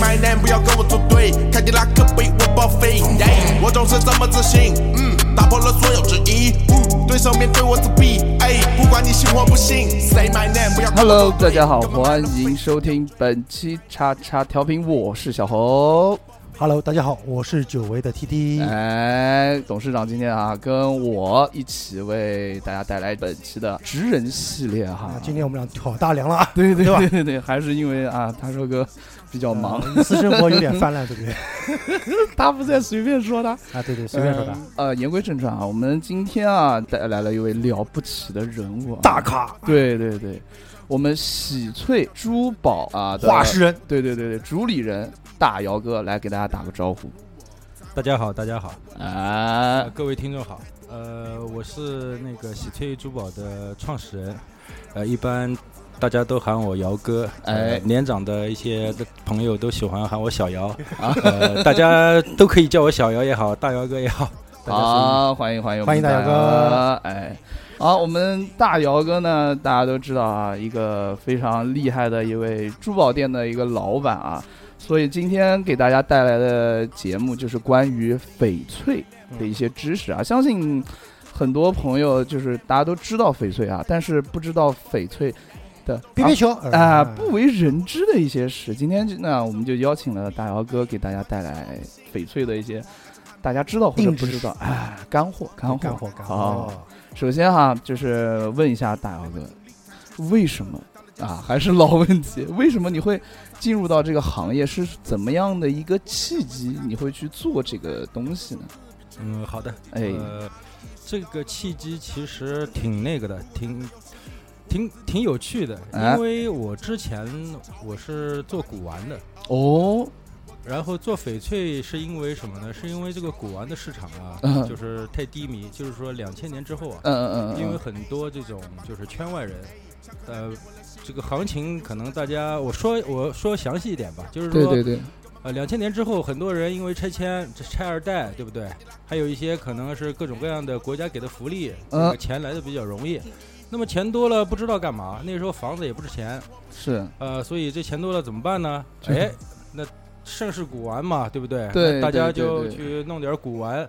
买男不要跟我作对，凯迪拉克被我报废。耶我总是这么自信，嗯，打破了所有质疑。嗯，对手面对我自闭，哎，不管你信或不信，Say my name，不要跟我 Hello，作对大家好，跟我欢作对迎收听本期叉叉调频，我是小侯。 Hello，大家好，我是久违的 TT。哎，董事长今天啊，跟我一起为大家带来本期的职人系列哈啊，。今天我们俩挑大梁了啊，对对对吧对对对，还是因为啊，他说哥比较忙，呃私生活有点泛滥，对不对？他不在随便说他。啊，对对，随便说的。呃，言归正传啊，我们今天啊带来了一位了不起的人物、啊，大咖对对对，我们喜翠珠宝啊的画师，人，对对对对，主理人大姚哥来给大家打个招呼大家好，大家好，啊呃，各位听众好，呃，我是那个喜翠珠宝的创始人，呃，一般大家都喊我姚哥，呃哎年长的一些朋友都喜欢喊我小姚，啊呃，大家都可以叫我小姚也好，大姚哥也好，大家随意好，欢迎欢迎欢我们迎大姚哥，哎，好，我们大姚哥呢，大家都知道啊，一个非常厉害的一位珠宝店的一个老板啊，所以今天给大家带来的节目就是关于翡翠的一些知识啊，相信很多朋友就是大家都知道翡翠啊，但是不知道翡翠的别别球儿啊，嗯不为人知的一些事。今天就那我们就邀请了大姚哥给大家带来翡翠的一些大家知道或者硬不知识知道哎干嗯货，干货，干货干好货。首先哈，就是问一下大姚哥，为什么 啊？还是老问题，为什么你会进入到这个行业？是怎么样的一个契机，你会去做这个东西呢？嗯，好的，哎呃，这个契机其实挺那个的，挺挺挺有趣的，哎因为我之前我是做古玩的。哦，然后做翡翠是因为什么呢？是因为这个古玩的市场啊，嗯就是太低迷，就是说两千年之后啊，嗯嗯嗯，因为很多这种就是圈外人，呃，这个行情可能大家我说我说详细一点吧，就是说对对对，呃两千年之后，很多人因为拆迁这拆二代，对不对？还有一些可能是各种各样的国家给的福利，嗯这个钱来的比较容易。那么钱多了不知道干嘛，那时候房子也不值钱，是呃，所以这钱多了怎么办 呢？就哎，那盛世古玩嘛，对不对？对那大对对家就对去弄点古玩，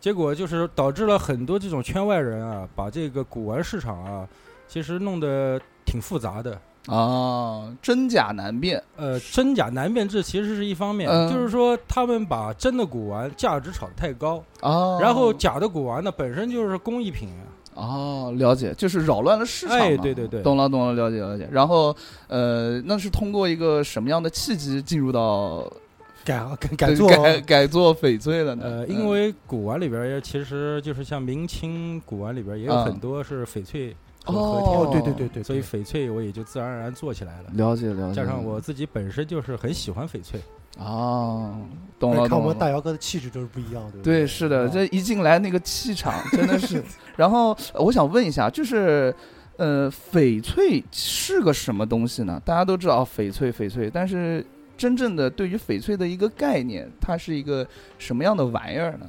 结果就是导致了很多这种圈外人啊，把这个古玩市场啊，其实弄得挺复杂的。啊，真假难辨，呃，真假难辨，这其实是一方面，嗯就是说他们把真的古玩价值炒得太高，哦，然后假的古玩呢本身就是工艺品啊，哦，了解，就是扰乱了市场嘛。哎对对对懂了懂了，了解了解。然后，呃，那是通过一个什么样的契机进入到敢敢敢做改改做翡翠的呢？呃，嗯因为古玩里边儿其实就是像明清古玩里边儿也有嗯很多是翡翠和和田哦，哦，对对对对，所以对翡翠我也就自然而然做起来了。嗯了解了解。加上我自己本身就是很喜欢翏翠，哦，懂哎了哎看懂我了们。大姚哥的气质就是不一样，对不对，是的，哦啊这一进来那个气 场真的是。然后呃我想问一下，就是，呃，翡翠是个什么东西呢？大家都知道哦翡翠，翡翠，但是真正的对于翡翠的一个概念，它是一个什么样的玩意儿呢？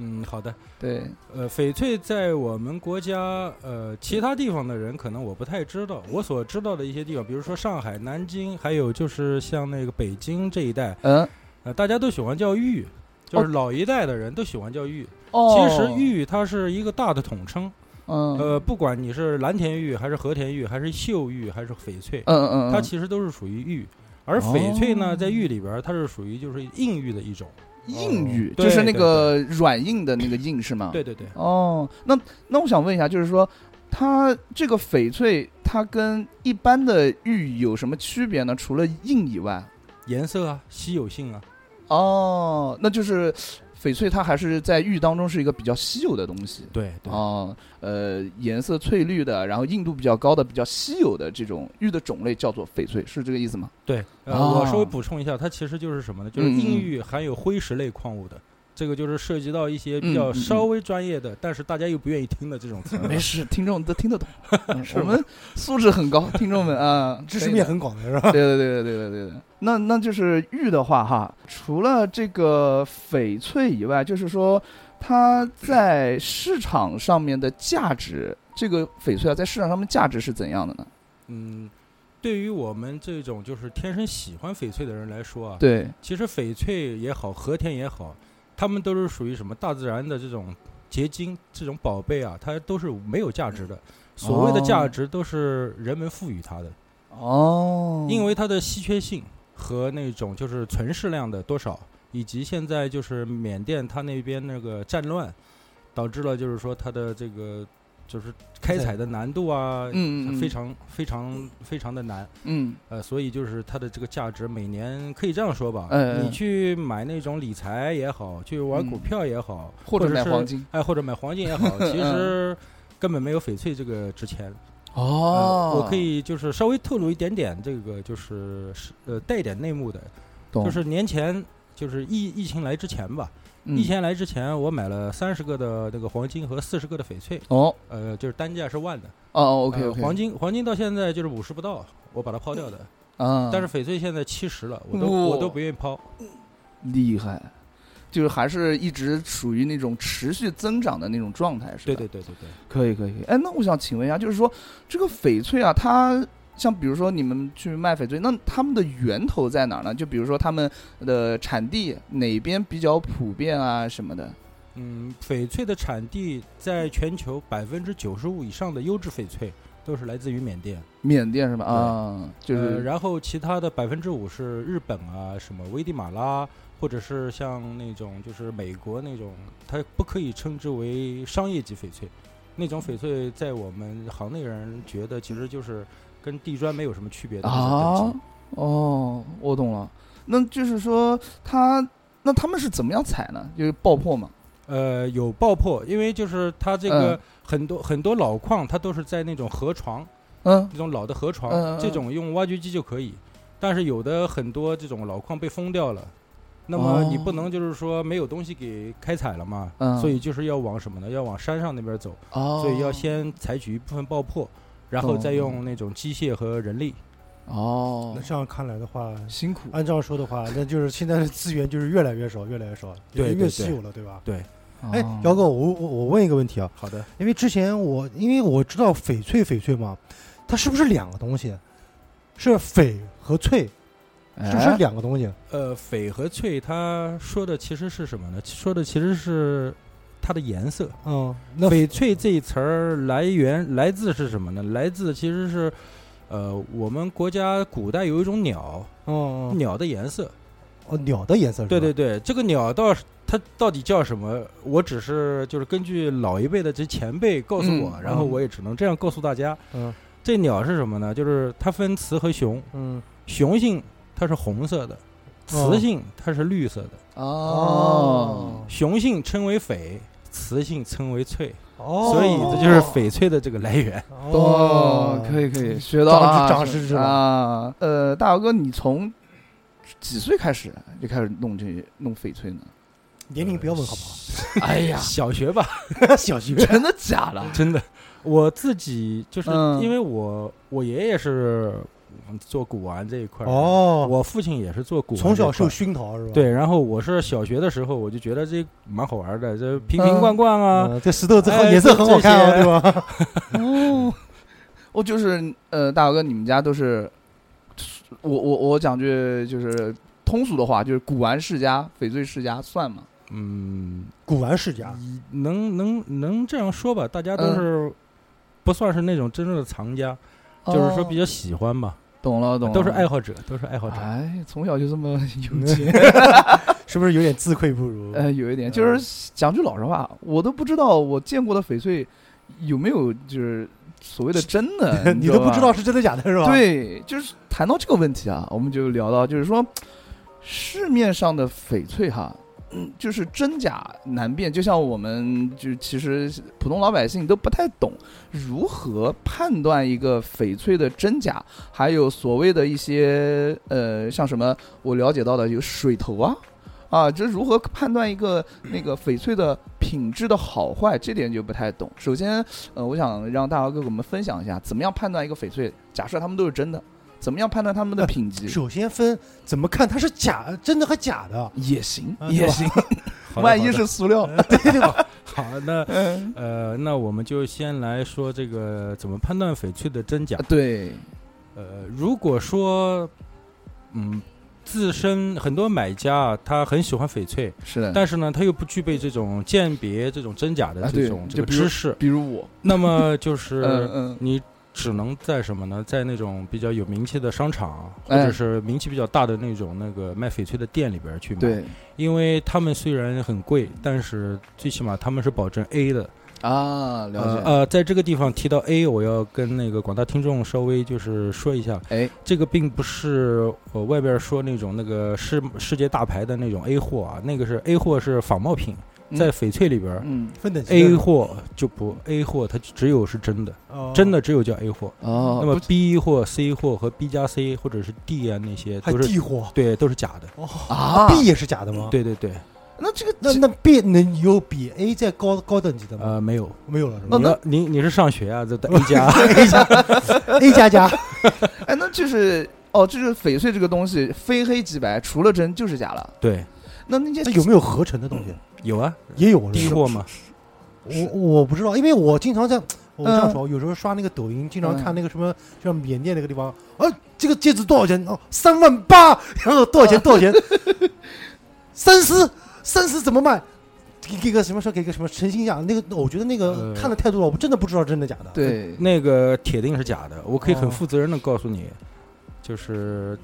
嗯，好的，对，呃，翡翠在我们国家，呃，其他地方的人可能我不太知道，我所知道的一些地方，比如说上海、南京，还有就是像那个北京这一带，嗯，呃，大家都喜欢叫玉，就是老一代的人都喜欢叫玉。哦，其实，玉它是一个大的统称，嗯，呃，不管你是蓝田玉还是和田玉，还是秀玉还是翡翠，嗯嗯嗯，哦它其实都是属于玉。而翡翠呢，在玉里边儿，它是属于就是硬玉的一种。硬玉，对哦就是那对个软硬的那个硬是吗？对对对，哦，那那我想问一下，就是说，它这个翡翠，它跟一般的玉有什么区别呢？除了硬以外，颜色啊，稀有性啊，哦，那就是翡翠，它还是在玉当中是一个比较稀有的东西。对对，哦，呃，颜色翠绿的，然后硬度比较高的、比较稀有的这种玉的种类叫做翡翠，是这个意思吗？对。呃，哦我稍微补充一下，它其实就是什么呢？就是嗯嗯硬玉含有灰石类矿物的。这个就是涉及到一些嗯比嗯较嗯稍微专业的，但是大家又不愿意听的这种 词。没事，听众都听得 懂，嗯是我们素质很高，听众们 啊，知识可以面的很广的是吧？对对对对对对对对。那那就是玉的话哈，除了这个翡翠以外，就是说它在市场上面的价值，这个翡翠啊，在市场上面价值是怎样的呢？嗯，对于我们这种就是天生喜欢翡翠的人来说啊，对，其实翡翠也好，和田也好，它们都是属于什么大自然的这种结晶，这种宝贝啊，它都是没有价值的。所谓的价值都是人们赋予它的，哦，因为它的稀缺性和那种就是存世量的多少，以及现在就是缅甸它那边那个战乱，导致了就是说它的这个就是开采的难度啊，嗯嗯嗯非常非常非常的难。嗯呃，所以就是它的这个价值，每年可以这样说吧，嗯你嗯去买那种理财也好，去玩股嗯票也好，或或者买是黄金，哎，或者买黄金也 好，嗯其实根本没有翡翠这个值钱。呃哦我可以就是稍微透露一点点，这个就是是呃带一点内幕的，懂，就是年前。就是疫疫情来之前吧，嗯疫情来之前，我买了三十个的那个黄金和四十个的翡翠，哦呃，就是单价是万的。哦，OK 呃 OK，黄金黄金到现在就是五十不到，我把它抛掉的。啊，但是翡翠现在七十了，我都、我都不愿意抛。厉害，就是还是一直属于那种持续增长的那种状态，是吧？对对对对对，可以可以可以。哎，那我想请问一下，就是说这个翡翠啊，它像比如说你们去卖翡翠，那他们的源头在哪儿呢？就比如说他们的产地哪边比较普遍啊什么的？嗯，翡翠的产地在全球百分之九十五以上的优质翡翠都是来自于缅甸，缅甸是吧？啊，就呃，是然后其他的百分之五是日本啊，什么危地马拉，或者是像那种就是美国那种，它不可以称之为商业级翡翠，那种翡翠在我们行内人觉得其实就是跟地砖没有什么区别的那种等级啊，哦，我懂了。那就是说它，那他们是怎么样采呢？就是爆破嘛。呃，有爆破，因为就是它这个嗯很多、很多老矿，它都是在那种河床，嗯，那种老的河床，嗯嗯嗯这种用挖掘机就可以。但是有的很多这种老矿被封掉了，那么哦你不能就是说没有东西给开采了嘛，嗯所以就是要往什么呢？要往山上那边走，哦，所以要先采取一部分爆破，然后再懂用那种机械和人力。哦那，这样看来的话，辛苦。按这样说的话，那就是现在的资源就是越来越少，越来越少，对也对越对稀有了，对吧？哎哦，姚哥，我我我问一个问题啊，好的，因为之前我因为我知道翡翠翡翠嘛，它是不是两个东西？是翡和翠，是不是哎两个东西？呃，翡和翠，它说的其实是什么呢？说的其实是它的颜色。嗯，那翡翠这一词儿来源来自是什么呢？来自其实是，呃，我们国家古代有一种鸟，哦鸟的颜色。哦，鸟的颜色是吧？对对对，这个鸟到是它到底叫什么？我只是就是根据老一辈的这前辈告诉我，嗯然后嗯我也只能这样告诉大家。嗯这鸟是什么呢？就是它分雌和雄，嗯，雄性它是红色的，哦雌性它是绿色的。哦，雄性称为翡，雌性称为翠，哦，所以这就是翡翠的这个来源。哦，可以可以，学到长了，知长知识了啊！呃，大姚哥，你从几岁开始就开始弄这弄翡翠呢？年龄不要问好不哎呀小学吧， 好？小学 真的假的？真的，我自己就是嗯因为我我爷爷是嗯做古玩这一块儿的，哦，我父亲也是做古玩这一从块小儿，受熏陶是吧？对，然后我是小学的时候我就觉得这蛮好玩的，这瓶嗯瓶罐罐啊，嗯，这石头这哎颜色很好看啊，这对 吧？ 哦，我就是呃，大姚哥，你们家都是我我我讲句就是通俗的话，就是古玩世家、翡翠世家算吗？嗯，古玩世 家，能能能这样说吧，大家都嗯哦是不算是那种真正的藏家，就是说比较较喜欢吧，懂了懂了，哦都是爱好者，都是爱好者。哎，从小就这么有钱。是不是有点自愧不如？呃，有一点，嗯就是讲句老实话，我都不知道我见过的翡翠有没有就是所谓的真哎的， 你知都不吧啊知道。是真的假的是吧？，对，就是谈到这个问题啊，我们就聊到就是说，市面上的翡翠哈，嗯，就是真假难辨，就像我们就其实普通老百姓都不太懂如何判断一个翡翠的真假，还有所谓的一些呃，像什么我了解到的有水头啊。啊，这如何判断一个那个翡翠的品质的好坏，这点就不太懂。首先，呃，我想让大姚哥给我们分享一下，怎么样判断一个翡翠？假设他们都是真的，怎么样判断他们的呃品级？首先分怎么看它是假真的和假的，也行，啊也对吧行，好的万好一的是塑料，对对吧？ 好，那嗯，呃，那我们就先来说这个怎么判断翡翠的真假啊。对，呃，如果说，嗯，自身很多买家啊他很喜欢翡翠，是的，但是呢，他又不具备这种鉴别这种真假的啊这对种、这就个比如知识，比如我，那么就是、嗯嗯，你只能在什么呢？在那种比较有名气的商场，或者哎是名气比较大的那种那个卖翡翠的店里边儿去买。，对因为他们虽然很贵，但是最起码他们是保证 A 的。啊，呃了解，呃，在这个地方提到 A，我要跟那个广大听众稍微就是说一下，哎，这个并不是我外边说那种那个世世界大牌的那种 A 货啊，那个是 A 货是仿冒品，嗯在翡翠里边儿。嗯，分等级 A 货就不 A 货，它只有是真的，哦真的只有叫 A 货。哦，那么 B 货、C 货和 B 加 C 或者是 D 啊那些还都是地货对都是假的。哦啊，B 也是假的吗？，对对对，那这个那那 B 能有比 A 再高高等级的吗？呃，没有。没有了是吧哦那你要你你是上学啊？这这 A 加 ？A 加 A 加 加，哎，那就是哦，就是翡翠这个东西非黑即白，除了真就是假了。对，那那些那有没有合成的东西？有啊，也有低是吧货嘛。我我不知道，因为我经常在，嗯我这样说，有时候刷那个抖音，经常看那个什么，像缅甸那个地方，啊，这个戒指多少钱？哦，三万八，然后多少钱？多 少钱？三十，三十怎么卖？给给个什么说给个什么诚心价？那个我觉得那个呃看的太多了，我真的不知道真的假的。，对那个铁定是假的，我可以哦很负责任的告诉你，就是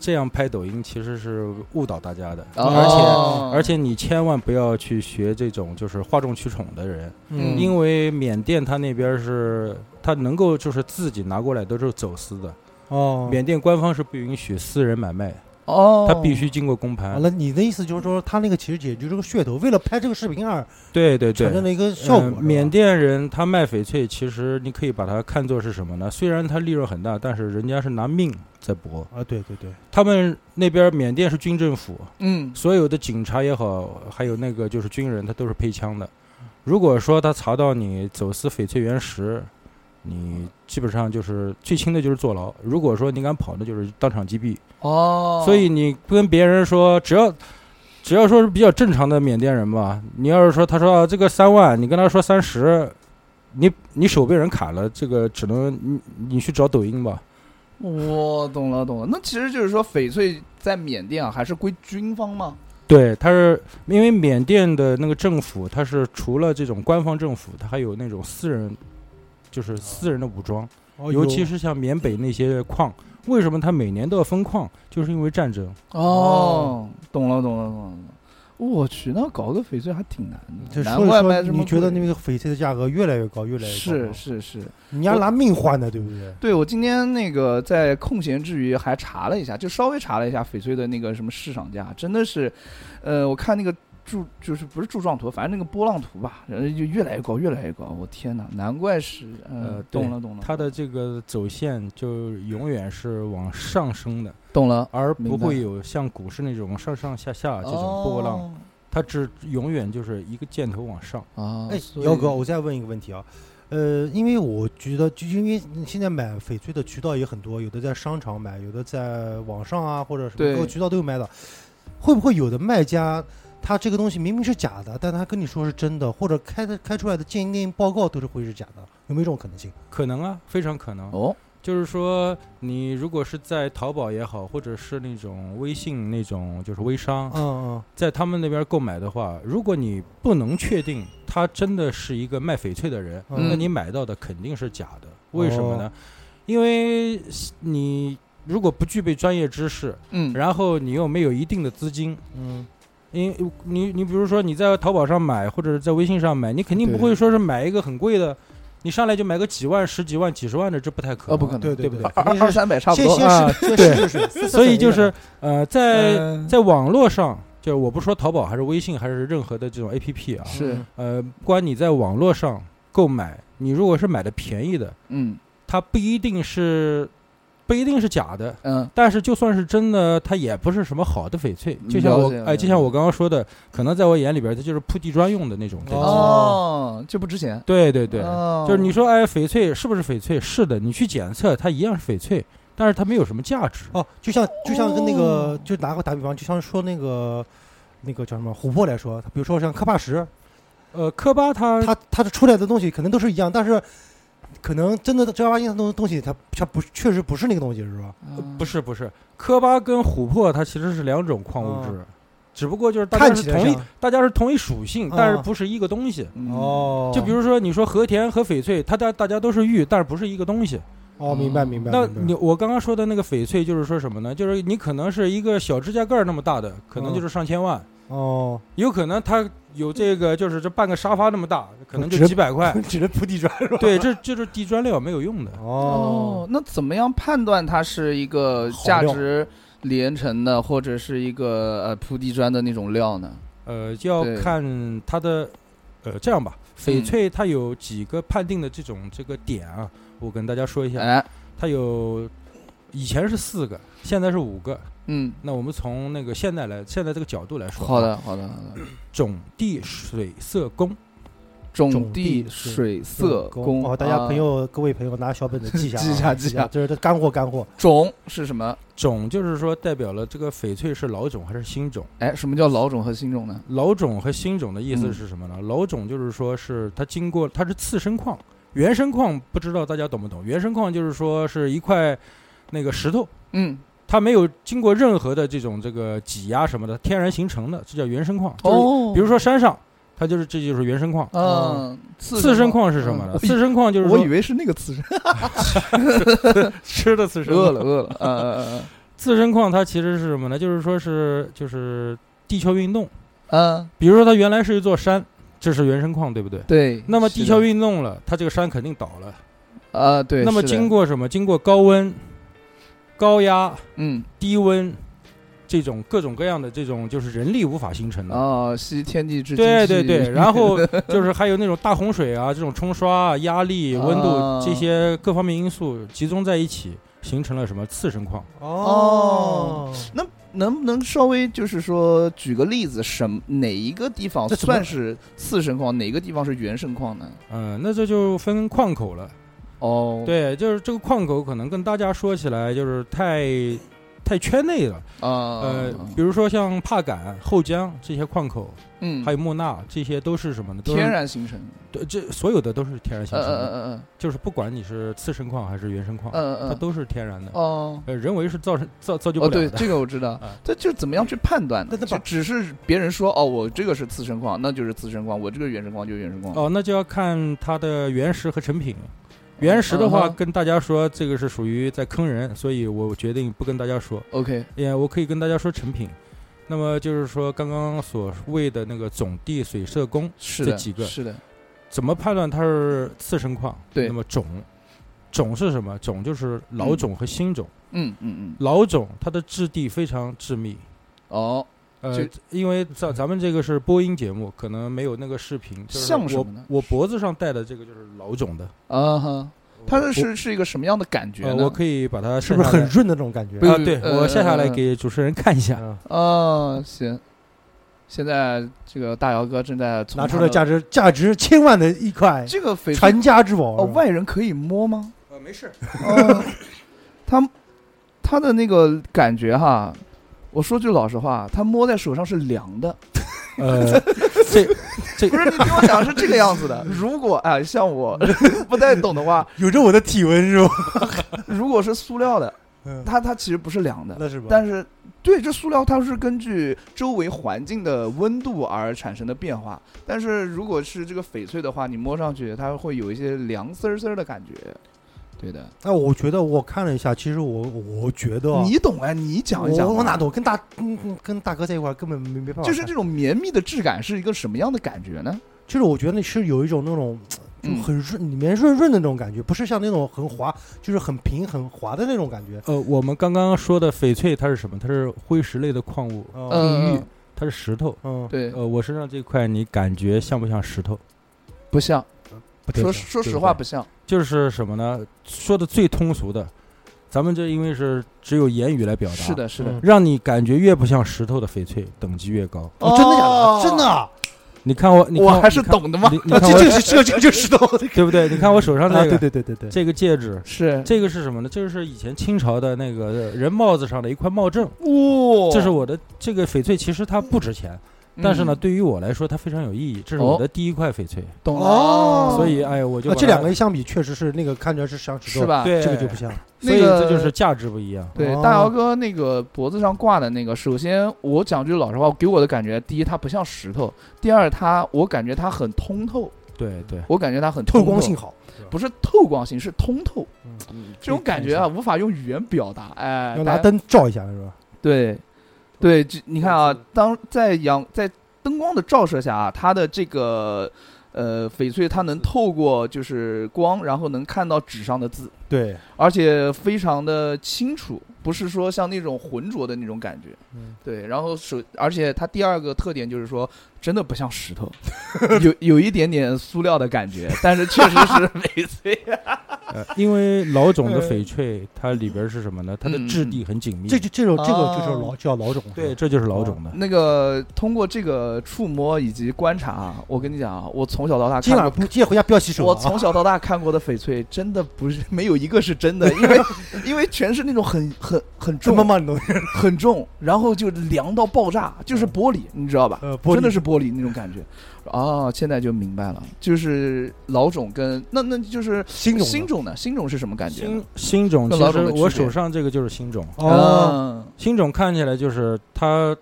这样拍抖音其实是误导大家的，嗯而且哦而且你千万不要去学这种就是哗众取宠的人，嗯因为缅甸他那边是他能够就是自己拿过来都是走私的，哦，缅甸官方是不允许私人买卖，哦，他必须经过公完盘。了，你的意思就是说，他那个其实也就是个噱头，为了拍这个视频而对对对产，生了一个效嗯果。缅甸甸人他卖翡翠，其实你可以把它看作是什么呢？虽然他利润很大，但是人家是拿命在搏。啊，对对对，他们那边缅甸是军政府，嗯所有的警察也好，还有那个就是军人，他都是配枪的。如果说他查到你走私翡翠原石，你基本上就是最轻的就是坐牢。如果说你敢跑，那就是当场击毙。哦，所以你跟别人说，只要只要说是比较正常的缅甸人吧，你要是说他说、啊、这个三万，你跟他说三十，你你手被人砍了，这个只能你你去找抖音吧。我懂了懂了。那其实就是说，翡翠在缅甸啊，还是归军方吗？对，他是因为缅甸的那个政府，它是除了这种官方政府，它还有那种私人，就是私人的武装，哦尤其是像缅北那些矿，为什么它每年都要封矿，就是因为战争。哦，懂了懂了懂了。懂了我去，那搞个翡翠还挺难的，就难说怪着卖说这着，么你觉得贵那个翡翠的价格越来越高，越来越高？是，是是，你要我拿命换的，对不对？对我今天那个在空闲之余还查了一下，就稍微查了一下翡翠的那个什么市场价，真的是，呃，我看那个柱就是不是柱状图，反正那个波浪图吧，然后就越来越高，越来越高，我天哪，难怪是，呃呃，懂对了懂了，它的这个走线就永远是往上升的，懂了而不明白会有像股市那种上上下下这种波浪，哦它只永远就是一个箭头往上。哦啊，哎，所以姚哥，，我再问一个问题啊，呃，因为我觉得，就因为你现在买翡翠的渠道也很多，有的在商场买，有的在网上啊，或者什么对各个渠道都有卖的。会不会有的卖家，他这个东西明明是假的，但他跟你说是真的，或者开的开出来的鉴定报告都是会是假的？有没有这种可能性？可能啊，非常可能。哦，就是说，你如果是在淘宝也好，或者是那种微信那种就是微商，嗯在他们那边购买的话，如果你不能确定他真的是一个卖翡翠的人，嗯那你买到的肯定是假的。为什么呢？因为你如果不具备专业知识，嗯，然后你又没有一定的资金，嗯因你你比如说你在淘宝上买或者是在微信上买，你肯定不对会说是买一个很贵的，你上来就买个几万、十几万、几十万的，这不太可呃，能。不可能，嗯，对对不对对，二二二三百差不先多，先啊试先试 试试，所以就是呃，在呃在网络上，就是我不说淘宝还是微信还是任何的这种 A P P 啊，是，呃，不管你在网络上购买，你如果是买的便宜的，嗯它不一定是不一定是假的，嗯，但是就算是真的，它也不是什么好的翡翠。就像了我解了哎，解就像我刚刚说的，可能在我眼里边，它就是铺地砖用的那种东西。哦，就不值钱，对对对，哦就是你说哎，翡翠是不是翡翠？是的，你去检测，它一样是翡翠，但是它没有什么价值。哦，就像就像跟那个，哦就拿个打比方，就像说那个那个叫什么琥珀来说，比如说像科帕什，呃，科巴它它它的出来的东西可能都是一样，但是可能真的正儿八经的东东西，它它不确实不是那个东西，是吧？呃嗯不是不是，科巴跟琥珀它其实是两种矿物质，只不过就是嗯大看家起是来同一像，大家是同一属性，但是啊不是一个东西。嗯，哦，就比如说，你说和田和翡翠，它大大家都是玉，但是不是一个东西。哦，明白明白。那明白你我刚刚说的那个翡翠，就是说什么呢？就是你可能是一个小指甲盖儿那么大的，可能嗯就是上千万，哦，有可能它有这个就是这半个沙发那么大，可能就直几百块。只能铺地砖是吧？对，这这就是地砖料没有用的。哦，，那怎么样判断它是一个价值连城的，或者是一个呃铺地砖的那种料呢？呃，就要对看它的，呃，这样吧，嗯翡翠它有几个判定的这种这个点啊，我跟大家说一下，哎，它有以前是四个，现在是五个。嗯，那我们从那个现在来，现在这个角度来说，啊好，的，好的，好的。种地水色工，种地地水水色工，哦，大家啊朋友各位朋友拿小本子记一下啊， 记一下记记一下这是干货干货。种是什么？种就是说代表了这个翡翠是老种还是新种。哎，什么叫老种和新种呢？老种和新种的意思嗯是什么呢？老种就是说是它经过它是次生矿，原生矿不知道大家懂不懂？原生矿就是说是一块那个石头，嗯，它没有经过任何的这种这个挤压什么的，天然形成的，这叫原生矿。就是哦比如，说山上，它就是这就是原生矿。嗯，次生生矿矿是什么呢？嗯次生矿就是我说以为是那个次生，吃的次生饿矿。了饿了， 嗯次生矿它其实是什么呢？就是说是就是地壳运动。嗯嗯，比如说它原来是一座山，这是原生矿，对不对？对。那么是的地壳运动了，它这个山肯定倒了。啊，对。那么是的经过什么？经过高温、高压、嗯低温这种各种各样的这种就是人力无法形成的。哦，吸天地之精对对气 对，然后就是还有那种大洪水啊，这种冲刷、啊、压力、温啊度这些各方面因素集中在一起，形成了什么次生矿？哦，那能不能稍微就是说举个例子，什么哪一个地方这怎么算是次生矿，哪个地方是原生矿呢？嗯，那这就分矿口了。哦，对，就是这个矿口可能跟大家说起来就是太太圈内了。啊，呃，比如说像帕敢、后江这些矿口，嗯，还有莫纳，这些都是什么呢？都是天然形成，对，这所有的都是天然形呃成的，呃呃就是不管你是次生矿还是原生矿，呃呃它呃，都是天然的。哦。呃，人为是造成造造就不哦，了的。对，这个我知道 啊，这就怎么样去判断呢？那那就不只是别人说哦，我这个是次生矿，那就是次生矿；我这个原生矿就是原生矿。哦，那就要看它的原石和成品。原石的话，嗯哼跟大家说这个是属于在坑人，所以我决定不跟大家说。 OK，也我可以跟大家说成品。那么就是说，刚刚所谓的那个总地水社工，是这的，几个是的，怎么判断它是次生矿？对那么种，种是什么？种就是老种和新种。嗯嗯嗯，老种它的质地非常致密，哦，呃就，因为咱咱们这个是播音节目，可能没有那个视频。就是像什我么呢我脖子上戴的这个就是老种的，啊哈，它是我是是一个什么样的感觉呃，呢？我可以把它是下不是下来很润的那种感觉？不啊？是对，呃我下下来呃给主持人看一下。嗯哦，行。现在这个大姚哥正在从拿出他的了价值价值千万的一 块这个翡翠传家之宝哦，，外人可以摸 吗？呃，没事。哦，他他的那个感觉哈，我说句老实话，他摸在手上是凉的，呃， 这这不是你听我讲是这个样子的。如果啊、像我 不太懂的话， 有着我的体温是吧？如果是塑料的，嗯它它其实不是凉的，那是吧？但是对这塑料它是根据周围环境的温度而产生的变化，但是如果是这个翡翠的话，你摸上去它会有一些凉丝儿丝儿的感觉。对的，那我觉得我看了一下，其实我我觉得啊你懂哎，你讲一讲吧我我哪？懂？跟大嗯嗯跟大哥在一块儿根本没啊没办法看，就是这种绵密的质感是一个什么样的感觉呢？就是我觉得是有一种那种就嗯很润，里面润润的那种感觉，不是像那种很滑，就是很平很滑的那种感觉。呃，我们刚刚说的翡翠它是什么？它是灰石类的矿物，嗯，嗯地嗯狱它是石头。嗯，对，呃，我身上这块你感觉像不像石头？不像，不对说称说对实不话对不像。就是什么呢？说的最通俗的，咱们这因为是只有言语来表达，是，的，是的嗯，让你感觉越不像石头的翡翠，等级越高。哦，真的假的？真的啊？你看我，你看我还是你看懂的嘛。你你啊 看这我，这是这个这个就是的，对不对？你看我手上那啊，个、对对对对对，这个戒指，是，这个是什么呢？这个是以前清朝的那哦个人帽子上的一块帽正。哇这是我的这个翡翠，其实它不值钱，但是呢，嗯对于我来说它非常有意义，这是我的第一块翡翠，懂了哦所以哎，我就啊，把这它两个一相比，确实是那个看起来是像石头，是？吧？对这个就不像。所以那个这就是价值不一样。对，哦大姚哥那个脖子上挂的那个，首先我讲句老实话，给我的感觉，第一它不像石头，第二它我感觉它很通透，对对，我感觉它很通透光性，嗯好，不是透光性，是通透，这种可以感看一觉啊，下无法用语言表达。哎，要大拿家灯照一下是吧？对，对，这你看啊，当在阳在灯光的照射下啊，它的这个呃翡翠，它能透过就是光，然后能看到纸上的字，对，而且非常的清楚，不是说像那种浑浊的那种感觉。嗯对，然后首而且它第二个特点就是说，真的不像石头， 有有一点点塑料的感 觉，但是确实是翡翠。呃因为老种的翡翠它里边是什么呢？它的质地很紧密，嗯这就哦这种这个就是哦老叫老种，对，，这就是老种的。那个通过这个触摸以及观察啊，我跟你讲啊，我从小到大今看晚过不今夜回家不要洗手我了啊！从小到大看过的翡翠，真的不是没有一个是真的，因 为因为全是那种很很很 这么重慢的东西，很重，然后就凉到爆炸，就是嗯玻璃，你知道吧？呃， 玻璃真的是玻璃那种感觉。哦，现在就明白了，就是老种跟那那就是新种的新种呢？新种是什么感觉呢新？新种，跟其老实种的我区别手上这个就是新种。哦，嗯新种看起来就是它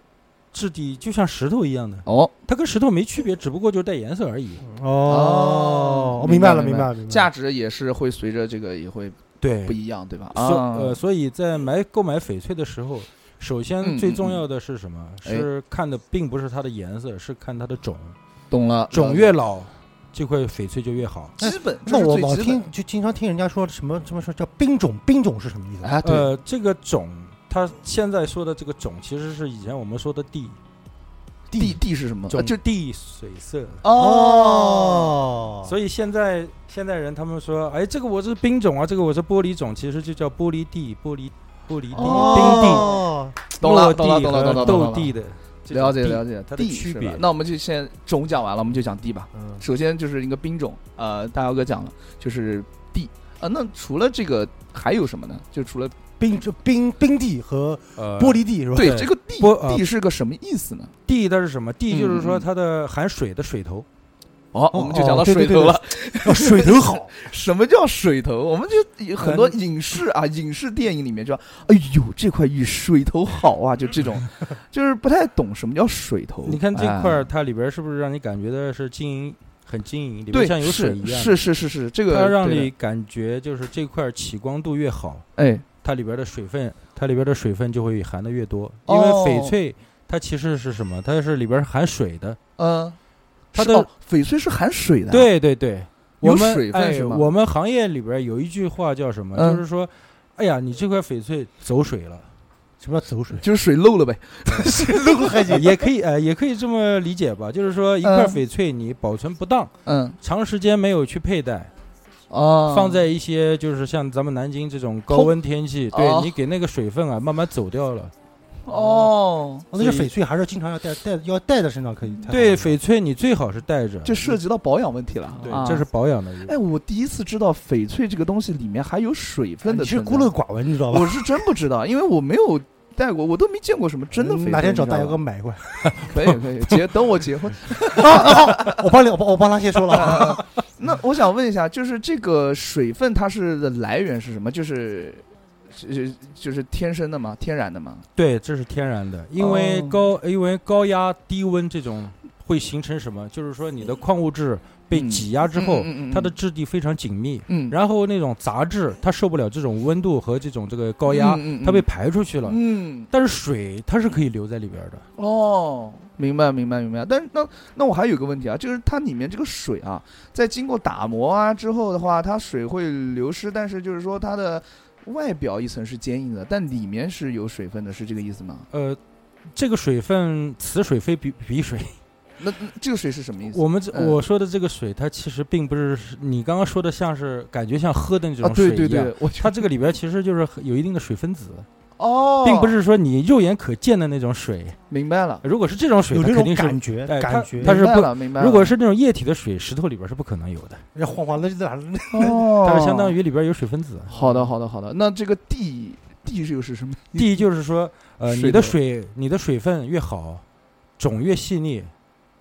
质地就像石头一样的，哦它跟石头没区别，只不过就是带颜色而已。哦，我明明白了，明明白了，了明白了，价值也是会随着这个也会对不一样，对吧？哎所啊呃，所以在买购买翡翠的时候，首嗯先最重要的是什么？嗯哎是看的并不是它的颜色，是看它的种。懂了，种了越老，这块翡翠就越好。解基本哎这那是我最老基听就经常听人家说什么什么说叫兵种，兵种是什么意本思？啊，对，呃，这个种，它现在说的这个种，其实是以前我们说的地地地是什么？种，呃就地水色。哦哦，所以现在现在人他们说，哎，这个我是冰种啊，这个我是玻璃种，其实就叫玻璃地、玻璃玻璃地、哦哦，懂了，落懂了，地懂了，和懂了，懂斗了地的，了解这种了解它的地区是别吧那我们就先种讲完了，我们就讲地吧。嗯，首先就是一个兵种，呃，大姚哥讲了，就是地啊、呃那除了这个还有什么呢？就除了冰就冰冰地和呃，玻璃地是吧？对对这个地玻呃地是个什么意思呢？地它是什么？地就是嗯说嗯它的含水的水头，哦，哦我们就讲到哦对水对头对了。哦，水头好，什么叫水头？我们就有很嗯多影视啊，影视电影里面就哎呦这块玉水头好啊，就这 种，就是不太懂什么叫水头。你看这块哎儿，它里边是不是让你感觉的是晶莹很晶莹，里对边像有水一样？是，是是是是，这个它让对的你感觉就是这块儿起光度越好，哎它里边的水分，它里边的水分就会含的越多，哦因为翡翠它其实是什么？它是里边含水的。嗯，它是的哦翡翠是含水的，，啊对对对，有我们水分哎，是吗我们行业里边有一句话叫什么？嗯就是说，哎呀，你这块翡翠走水了。什么叫走水？就是水漏了 呗。也可以，呃，也可以这么理解吧，就是说一块嗯翡翠你保存不当，嗯长时间没有去佩戴，哦，放在一些就是像咱们南京这种高温天气，通哦对你给那个水分啊慢慢走掉了。哦，哦，那这翡翠还是经常要带带要带在身上可以。才好对，翡翠你最好是带着，这涉及到保养问题了。对啊，这是。保养的一哎，个。我第一次知道翡翠这个东西里面还有水分的啊你是存在。孤陋寡闻，你知道吧？我是真不知道，因为我没有戴过，我都没见过什么真的嗯翡翠。嗯哪天找你知道大姚吗哥买过 可来？以可以，结等我结婚。哦我帮你，我帮我帮他先说 了啊。那我想问一下，就是这个水分它是的来源是什么？就是。就是就是天生的吗？天然的吗？对，这是天然的，因为哦高因为高压低温这种会形成什么？就是说你的矿物质被嗯挤压之后，嗯嗯嗯嗯它的质地非常紧密，嗯，然后那种杂质它受不了这种温度和这种这个高压，嗯嗯嗯它被排出去了。嗯但是水它是可以留在里边的。哦，明白明白明白。但是那那我还有一个问题啊，就是它里面这个水啊，在经过打磨啊之后的话，它水会流失，但是就是说它的外表一层是坚硬的，但里面是有水分的，是这个意思吗？呃，这个水分此水非彼彼水。那那这个水是什么意思？我们这、嗯我说的这个水，它其实并不是你刚刚说的，像是感觉像喝的那啊种，水一对样。对对，我觉它这个里边其实就是有一定的水分子， 哦，并不是说你肉眼可见的那种水。明白了，如果是这种水，有它这种肯定是感觉，哎感觉它是明白不了明白了。如果是那种液体的水，石头里边是不可能有的，人家晃晃的就在那儿哦， 它是相当于里边有水分子。 好的好的好的，那这个地地又是什么？地就是说，呃，水你的的水，你的水分越好，种越细腻，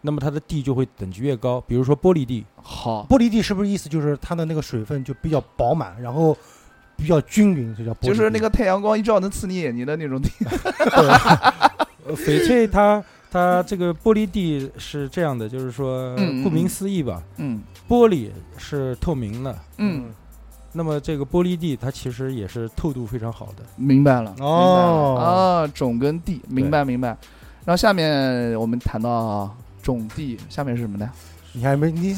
那么它的地就会等级越高。比如说玻璃地，好，玻璃地是不是意思就是它的那个水分就比较饱满，然后比较均匀，就叫玻璃地？就是那个太阳光一照能刺你眼睛的那种地。呃翡翠它它这个玻璃地是这样的，就是说嗯嗯顾名嗯思义吧，嗯玻璃是透明的，嗯，那么这个玻璃地它其实也是透度非常好的。明白了。哦明白了啊，种跟地，明白明白。然后下面我们谈到种地，下面是什么呢？你还没你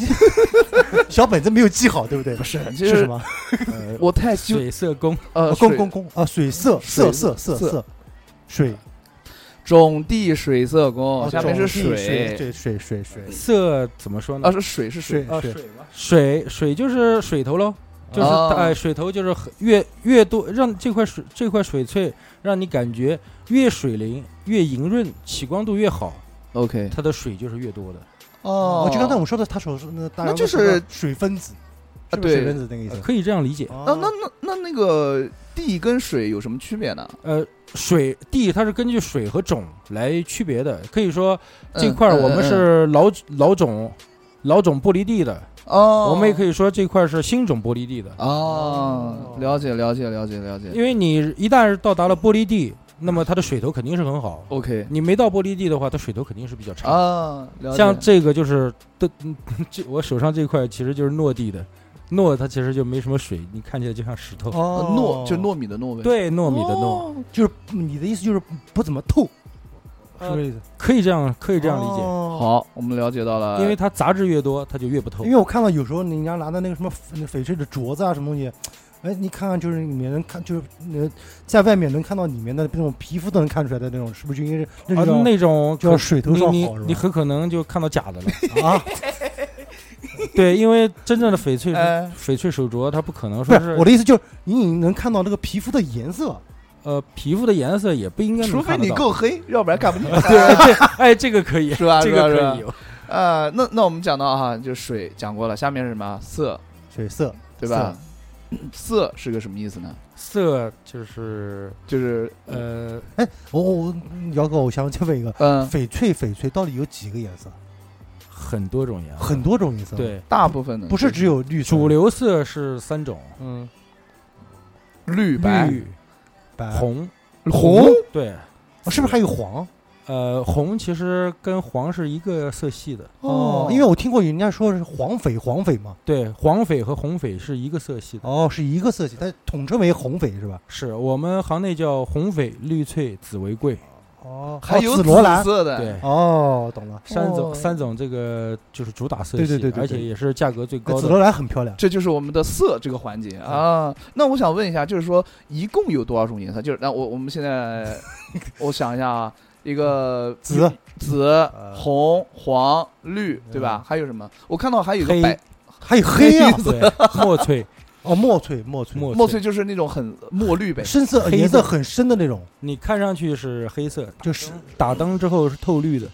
小本子没有记好，对不对？不是就是是什么？呃，我太纠水色工，呃，公水公公啊，水色色水色色色色水，种地水色工，哦下面是种地水水水水色怎么说呢啊，？是水是水水啊水水水水就是水头喽，就是哦哎水头就是很越越多，让这块水这块翡翠让你感觉越水灵越莹润，起光度越好，嗯，OK 它的水就是越多的。哦就刚才我们说的，他所说的大那洋就的什么是水分子，啊是不是对水分子那个意呃思。可以这样理解。那哦那那那那个地跟水有什么区别呢？呃，水地它是根据水和种来区别的，可以说嗯这块儿我们嗯嗯是老老种老种玻璃地的，哦，我们也可以说这块儿是新种玻璃地的，哦，了解了解了解了解因为你一旦到达了玻璃地，那么它的水头肯定是很好。 ，OK 你没到玻璃地的话，它水头肯定是比较差的。啊，了解像这个就是都，嗯 这我手上这块其实就是糯地的，糯它其实就没什么水，你看起来就像石头。呃哦糯就糯米的糯呗，对，糯米的糯，就是你的意思就是不怎么透，是呃不是意思？可以这样，可以这样理解，解。好，我们了解到了，因为它杂质越多，它就越不透哦因。为我看到有时候人家拿的那个什么翡那翡翠的镯子啊，什么东西，哎，你看看就是里面能看，就是呃，在外面能看到里面的那种皮肤都能看出来的那种，是不是就应该是那啊种，那种叫可水头你上你好是你吧？很可能就看到假的了。啊，对，因为真正的翡翠是，哎翡翠手镯它不可能不说是我是的意思就是你你能看到那个皮肤的颜色，呃皮肤的颜色也不应该能除非看得你到够黑，要不然看不见。 对，这哎这个可以，是 吧这是吧个是吧可以有。呃，那那我们讲到哈，就水讲过了，下面是什么色，水色对吧？色是个什么意思呢？色就是就是呃哎，我我我姚哥，我想再问一个，嗯，翡翠翡翠到底有几个颜色？很多种颜色，很多种颜色，，对。大部分的不是只有绿色、主流色是三种，嗯绿白绿、白红，红对，哦是不是还有黄？呃，红其实跟黄是一个色系的，哦因为我听过人家说是黄翡黄翡嘛，对，黄翡和红翡是一个色系的，哦，是一个色系，它统称为红翡是吧？是我们行内叫红翡、绿翠、紫为贵，哦，还有紫罗兰。色的，对，哦，懂了，三种哦三种这个就是主打色系，对对对对而且对也是价格最高紫的。罗兰很漂亮。这就是我们的色这个环节啊。那我想问一下，就是说一共有多少种颜色？就是那我我们现在我想一下啊，一个紫紫、红、黄、绿，对吧呃嗯？还有什么？我看到还有一个黑白还有黑啊，对，墨翠，哦，墨翠，墨翠，墨墨翠，就是那种很墨绿呗。深色黑的颜色很深的那种，你看上去是黑色，就是打灯之后是透绿的，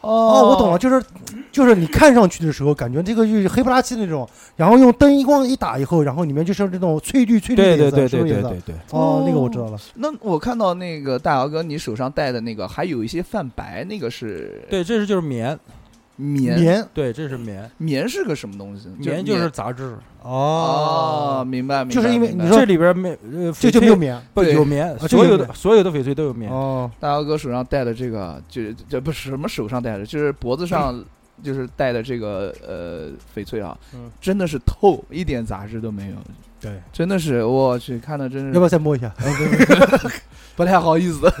哦，我懂了，。就是就是你看上去的时候，感觉这个就是黑不拉几的那种，然后用灯一光一打以后，然后里面就是那种翠绿翠绿的对对颜色，对是对不是对颜对色？对，哦，那个我知道了，那我看到那个大姚哥，你手上戴的那个，还有一些泛白，那个是对，这是就是棉，棉棉对，这是棉，棉是个什么东西？棉就是杂质，哦，，明白，明白就是因为明白你说这里边没呃，这就翡没有翠棉不对有棉，这所有有棉的所有的翡翠都有棉。哦，大姚哥手上戴的这个，就这不是什么手上戴的，就是脖子上就是戴的这个呃翡翠啊，嗯真的是透，一点杂质都没有，对，真的是我去看的，真嗯要不是要再摸一下？不太好意思。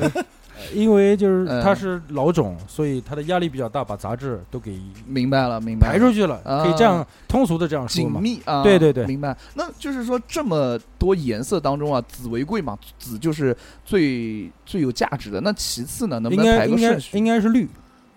因为就是嗯它是老种，所以它的压力比较大，把杂质都给明白了，明白了，排出去了，啊嗯可以这样通俗的这样说紧嘛。密啊，对对对明白。那就是说，这么多颜色当中啊，紫为贵嘛，紫就是最最有价值的。那其次呢，能应不能该排个应该顺序？应该是绿，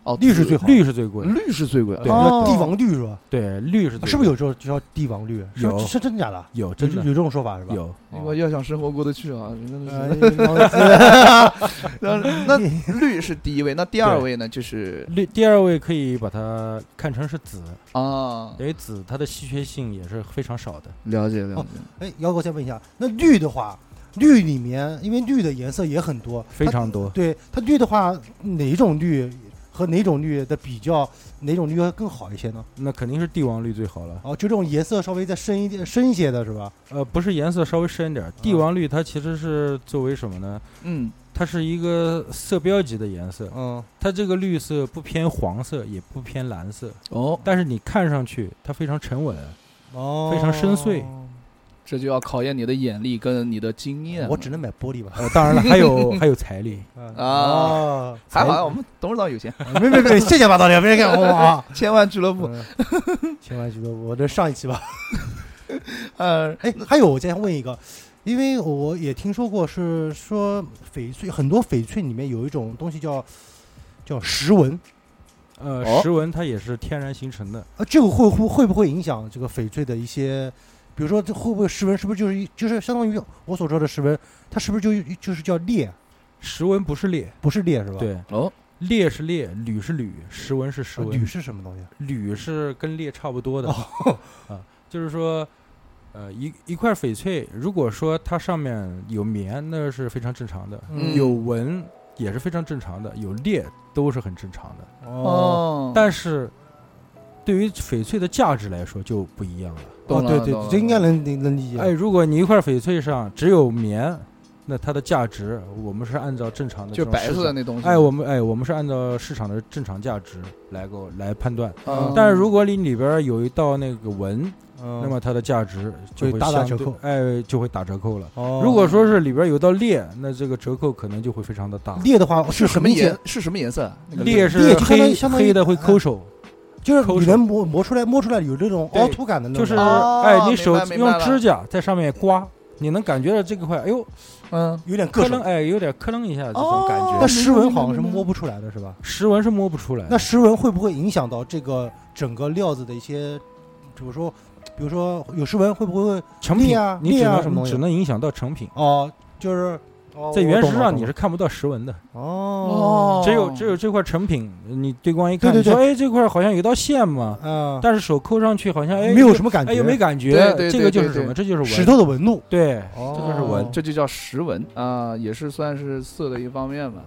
哦，绿是紫最好，绿是最贵，绿是最贵，对哦叫帝王绿是吧？对，绿是最贵是不是有时候就叫帝王绿？是不是有是真的假的？有有真的有这种说法是吧？哦有那个要想生活过得去啊，真的哎是。然后那绿是第一位，那第二位呢就是绿？第二位可以把它看成是紫，啊，因为紫它的稀缺性也是非常少的。了解了哦解。哎，姚哥，再问一下，那绿的话，绿里面因为绿的颜色也很多，非常多它对它绿的话，哪一种绿和哪种绿的比较，哪种绿会更好一些呢？那肯定是帝王绿最好了。哦，就这种颜色稍微再深一点、深一些的是吧？呃，不是颜色稍微深一点儿，嗯帝王绿它其实是作为什么呢？嗯，它是一个色标级的颜色，嗯，它这个绿色不偏黄色，也不偏蓝色，哦，但是你看上去它非常沉稳。哦，非常深邃。这就要考验你的眼力跟你的经验了。我只能买玻璃吧。呃，当然了，还有还有财力，啊嗯哦，哎还好，我们董事长有钱，没没没，谢谢吧，导演，别看我啊。千万俱乐部。嗯千万记得我这上一期吧。 呃， 哎，还有我再问一个，因为我也听说过是说翡翠，很多翡翠里面有一种东西叫叫石纹，呃，哦石纹它也是天然形成的。啊，这个会会会不会影响这个翡翠的一些，比如说这会不会石纹是不是就是一就是相当于我所说的石纹，它是不是就就是叫裂，石纹不是裂，不是裂是吧？对，哦，裂是裂，铝是铝，石纹是石啊，纹，铝是什么东西？铝是跟裂差不多的、哦，啊，就是说，呃，一一块翡翠，如果说它上面有棉，那是非常正常的，嗯有纹也是非常正常的，有裂都是很正常的，哦，哦，但是。对于翡翠的价值来说就不一样了。哦懂了对对懂了，这应该能能能理解。哎，如果你一块翡翠上只有棉，那它的价值我们是按照正常的就这种白市色场的那东西。哎，我们哎，我们是按照市场的正常价值来够来判断。嗯，但是如果你里边儿有一道那个纹，那那么它的价值就嗯会大打相折对扣哎，就会打折扣了。哦，如果说是里边儿有道裂，那这个折扣可能就会非常的大。裂的话是什很么明显颜，嗯是什么颜色？啊那个裂裂是就相当于黑相当于嗯黑的会抠手，就是抠你手能磨磨出来摸出来有这种凹凸感的那就种，啊是哦哎，你明手白明白用了指甲在上面刮，你能感觉到这个块，哎呦，嗯，有点咯个楞，手。哎，有点咯楞一下这种感哦觉。但石纹好像是明白明白明白摸不出来的，是吧？石纹是摸不出来的。那石纹会不会影响到这个整个料子的一些，比如说，比如说有石纹会不会成裂品啊你裂只啊能什么东西只能影响到成品，哦，就是哦在我原懂石了上懂你了是看不到石纹的。哦哦只有只有这块成品，你对光一看，对对你说哎这块好像有一道线嘛，啊，但是手抠上去好像哎没有又什么感觉，哎又没感觉，对对这个对就是对什么？这就是纹石头的纹路，对，哦这就是纹这就叫石纹啊、也是算是色的一方面吧。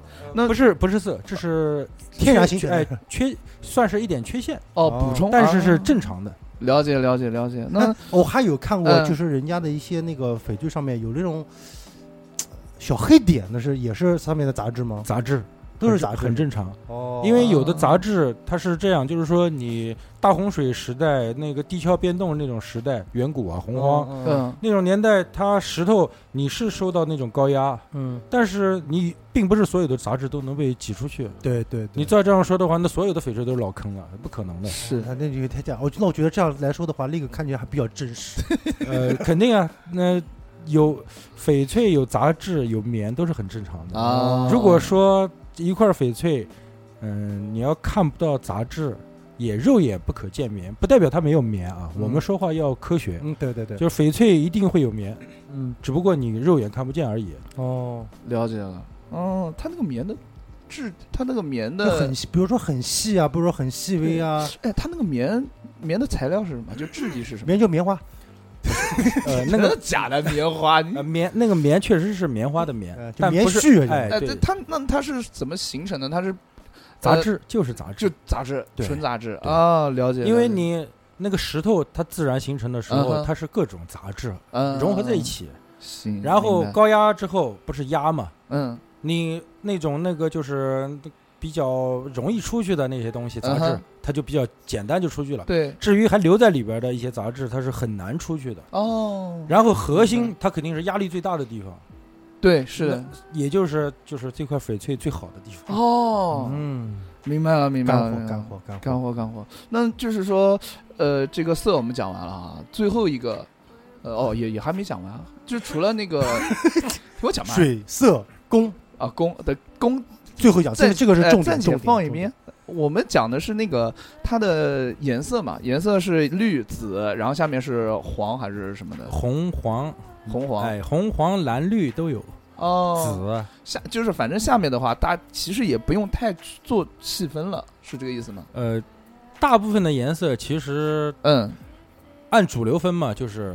不是不是色，这是天然缺形成哎缺算是一点缺陷，哦，哦补充，但是是啊正常的。了解了解了解。那哎我还有看过，嗯就是人家的一些那个翡翠上面有那种小黑点，那是也是上面的杂质吗？杂质都是很杂质，很正常，哦因为有的杂质它是这样，就是说你大洪水时代那个地壳变动那种时代，远古啊洪荒。嗯嗯，。那种年代，它石头你是受到那种高压，嗯，但是你并不是所有的杂质都能被挤出去，对对，对你再这样说的话，那所有的翡翠都是老坑了，不可能 的是啊，那就太假。我那我觉得这样来说的话，那个看起来还比较真实。呃，肯定啊，那有翡翠、有杂质、有棉都是很正常的。啊。如果说一块翡翠，嗯、你要看不到杂质，也肉眼不可见棉，不代表它没有棉啊。嗯我们说话要科学，嗯，对对对，就是翡翠一定会有棉，嗯只不过你肉眼看不见而 已。哦，了解了，哦，它那个棉的质，它那个棉就的很，细，比如说很细啊，比如说很细微啊，哎，它那个棉棉的材料是什么？就质地是 什么？棉就棉花，呃，那个假的棉花，你呃棉那个棉确实是棉花的棉呃，就哎但棉不是絮啊就哎 哎，对这它那它是怎么形成的？它是杂呃质就是杂质就。杂质，对纯杂质对啊，了解。因了为解你那个石头它自然形成的时嗯候，哼它是各种杂质嗯融合在一，起，行。然后明白高压之后不是压嘛，嗯你那种那个就是比较容易出去的那些东西杂嗯质哼，它就比较简单就出去了。对至于还留在里边的一些杂质，它是很难出去的。哦，然后核心嗯它肯定是压力最大的地方，对是的。也就是就是这块翡翠最好的地方。哦，嗯，明白了，明白了，干明货白干了货干货。干货，干货。那就是说，呃，这个色我们讲完了啊，最后一个，呃，哦，也也还没讲完啊，就除了那 个，给我讲完水色工，啊，公的公，最后一讲，这暂个这个是哎呃重点，暂重且点放一重边点。我们讲的是那个它的颜色嘛，颜色是绿紫，然后下面是黄还是什么的，红黄红黄哎，红黄蓝绿都有，哦，紫下就是反正下面的话，大家其实也不用太去做细分了，是这个意思吗？呃，大部分的颜色其实嗯，按主流分嘛，就是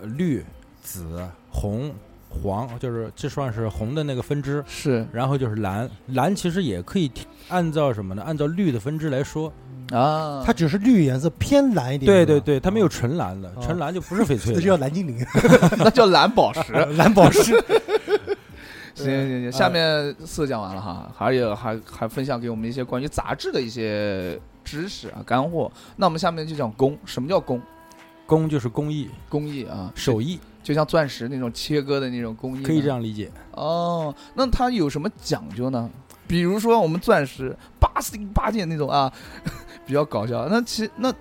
呃绿、紫、红、黄，就是这算是红的那个分支，是然后就是蓝，蓝其实也可以提按照什么呢？按照绿的分支来说， 啊，它只是绿颜色偏蓝一点。对是对吧，对，它没有纯蓝的，哦纯蓝就 不是翡这翠了。就叫蓝精灵、那叫蓝宝 石。蓝宝石。行行行，下面四讲完了哈，还有还还分享给我们一些关于杂志的一些知识啊干货。那我们下面就讲工，什么叫工？工就是工艺、工艺啊，手艺，就像钻石那种切割的那种工艺，可以这。样理解。哦，那它有什么讲究呢？比如说我们钻石八星八件那种啊， 比较搞笑。那其那，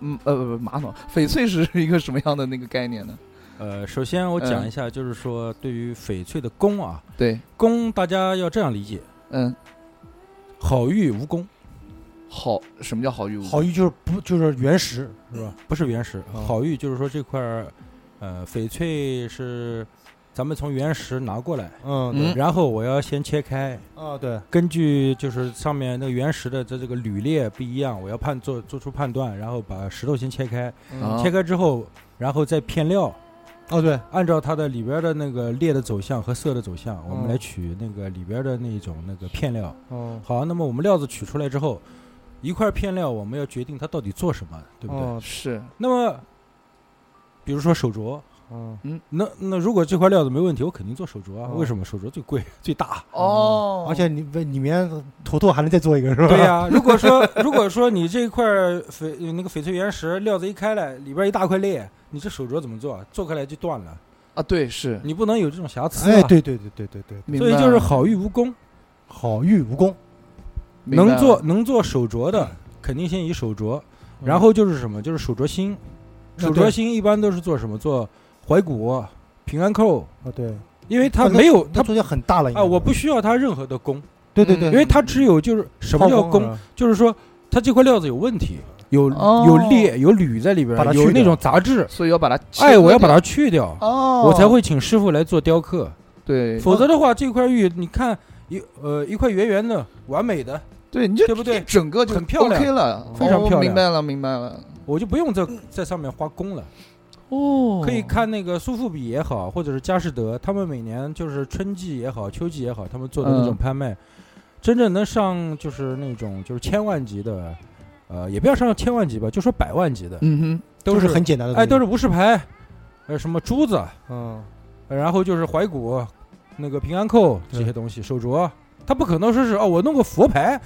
嗯呃不不马桶，翡翠是一个什么样的那个概念呢？呃，首先我讲一下，就是说对于翡翠的工啊，对，工大家要这样理解：嗯，好玉无工，好，什么叫好玉无好玉就是不就是原石是是吧吧？？不是原石，哦好玉就是说这块儿，呃，翡翠是咱们从原石拿过来，嗯嗯然后我要先切开，啊对，根据就是上面那个原石的这这个铝裂不一样，我要判做做出判断，然后把石头先切开，啊切开之后，然后再片料，嗯哦对，按照它的里边的那个裂的走向和色的走向，我嗯们来取那个里边的那种那个片料。哦好，那么我们料子取出来之后，一块片料我们要决定它到底做什么，对不对？哦是那么，比如说手镯，哦嗯那那如果这块料子没问题，我肯定做手镯啊。哦为什么手镯最贵 最大？哦，而且里里面坨坨还能再做一个是 吧？对呀、如果说如果说你这块翡那个翡翠原石料子一开来，里边一大块裂，你这手镯怎么做？做开来就断了，啊对是，你不能有这种瑕疵、啊。哎对对对对对对，明所以白就是了好玉无功，好玉无功，明白能了做能做手镯的，肯定先以手镯，然后就是什么，就是手镯心。手镯心一般都是做什么？做怀古、平安扣，啊对，因为它那个没有它它中间很大了应该哦啊，我嗯不需要它任何的工，对对对，因为它只有就是什么叫抛光工，啊？就是说它这块料子有问题，有哦有裂、有铝在里边把它，去有那掉种杂质，所以要把它切割掉，哎，我要把它去掉，哦，我才会请师傅来做雕刻，对否则的话，这块玉你看一呃一块圆圆的、完美的，对，你就对不对一整个就很漂亮 OK 了，非常哦漂亮明白了，明白了。我就不用在在上面花工了。哦可以看那个苏富比也好，或者是佳士得，他们每年就是春季也好，秋季也好，他们做的那种嗯拍卖，真正能上就是那种就是千万级的，呃，也不要上千万级吧，就说百万级的，嗯都就是很简单的东西，哎，都是无饰牌，呃，什么珠子，嗯呃然后就是怀古，那个平安扣对这些东西，手镯。他不可能说是哦，我弄个佛 牌，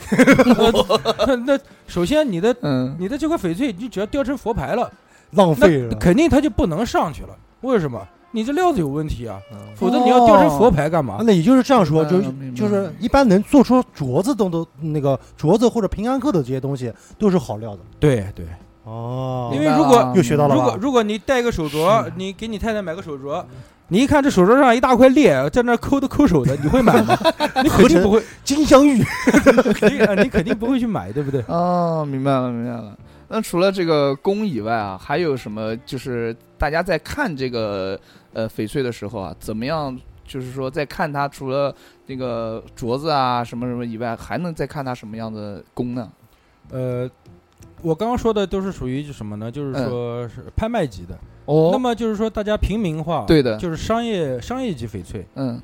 那那首先你的哼，嗯，你的这块翡翠，你只要雕成佛牌了，浪费那了。肯定它就不能上去了。为什么？你这料子有问题啊，嗯否则你要雕成佛牌干嘛啊，？那也就是这样明说，白就了嗯是明白就是了一般能做出镯子都都那个镯子或者平安扣的这些东西都是好料的对对，哦因为如果明白了又学到了如吧果如果你戴个手镯是，嗯你给你太太买个手镯，你一看这手镯上一大块裂，在那抠都抠手的，你会 买吗？你肯定不会，金镶玉，你呃你肯定不会去买，对不对？哦，明白了，明白了。那除了这个工以外啊，还有什么？就是大家在看这个呃翡翠的时候啊，怎么样？就是说，在看它除了那个镯子啊什么什么以外，还能再看它什么样的工呢？呃，我刚刚说的都是属于什么呢？就是说是拍卖级的。嗯哦那么就是说大家平民化，对的，就是商业商业级翡翠。嗯，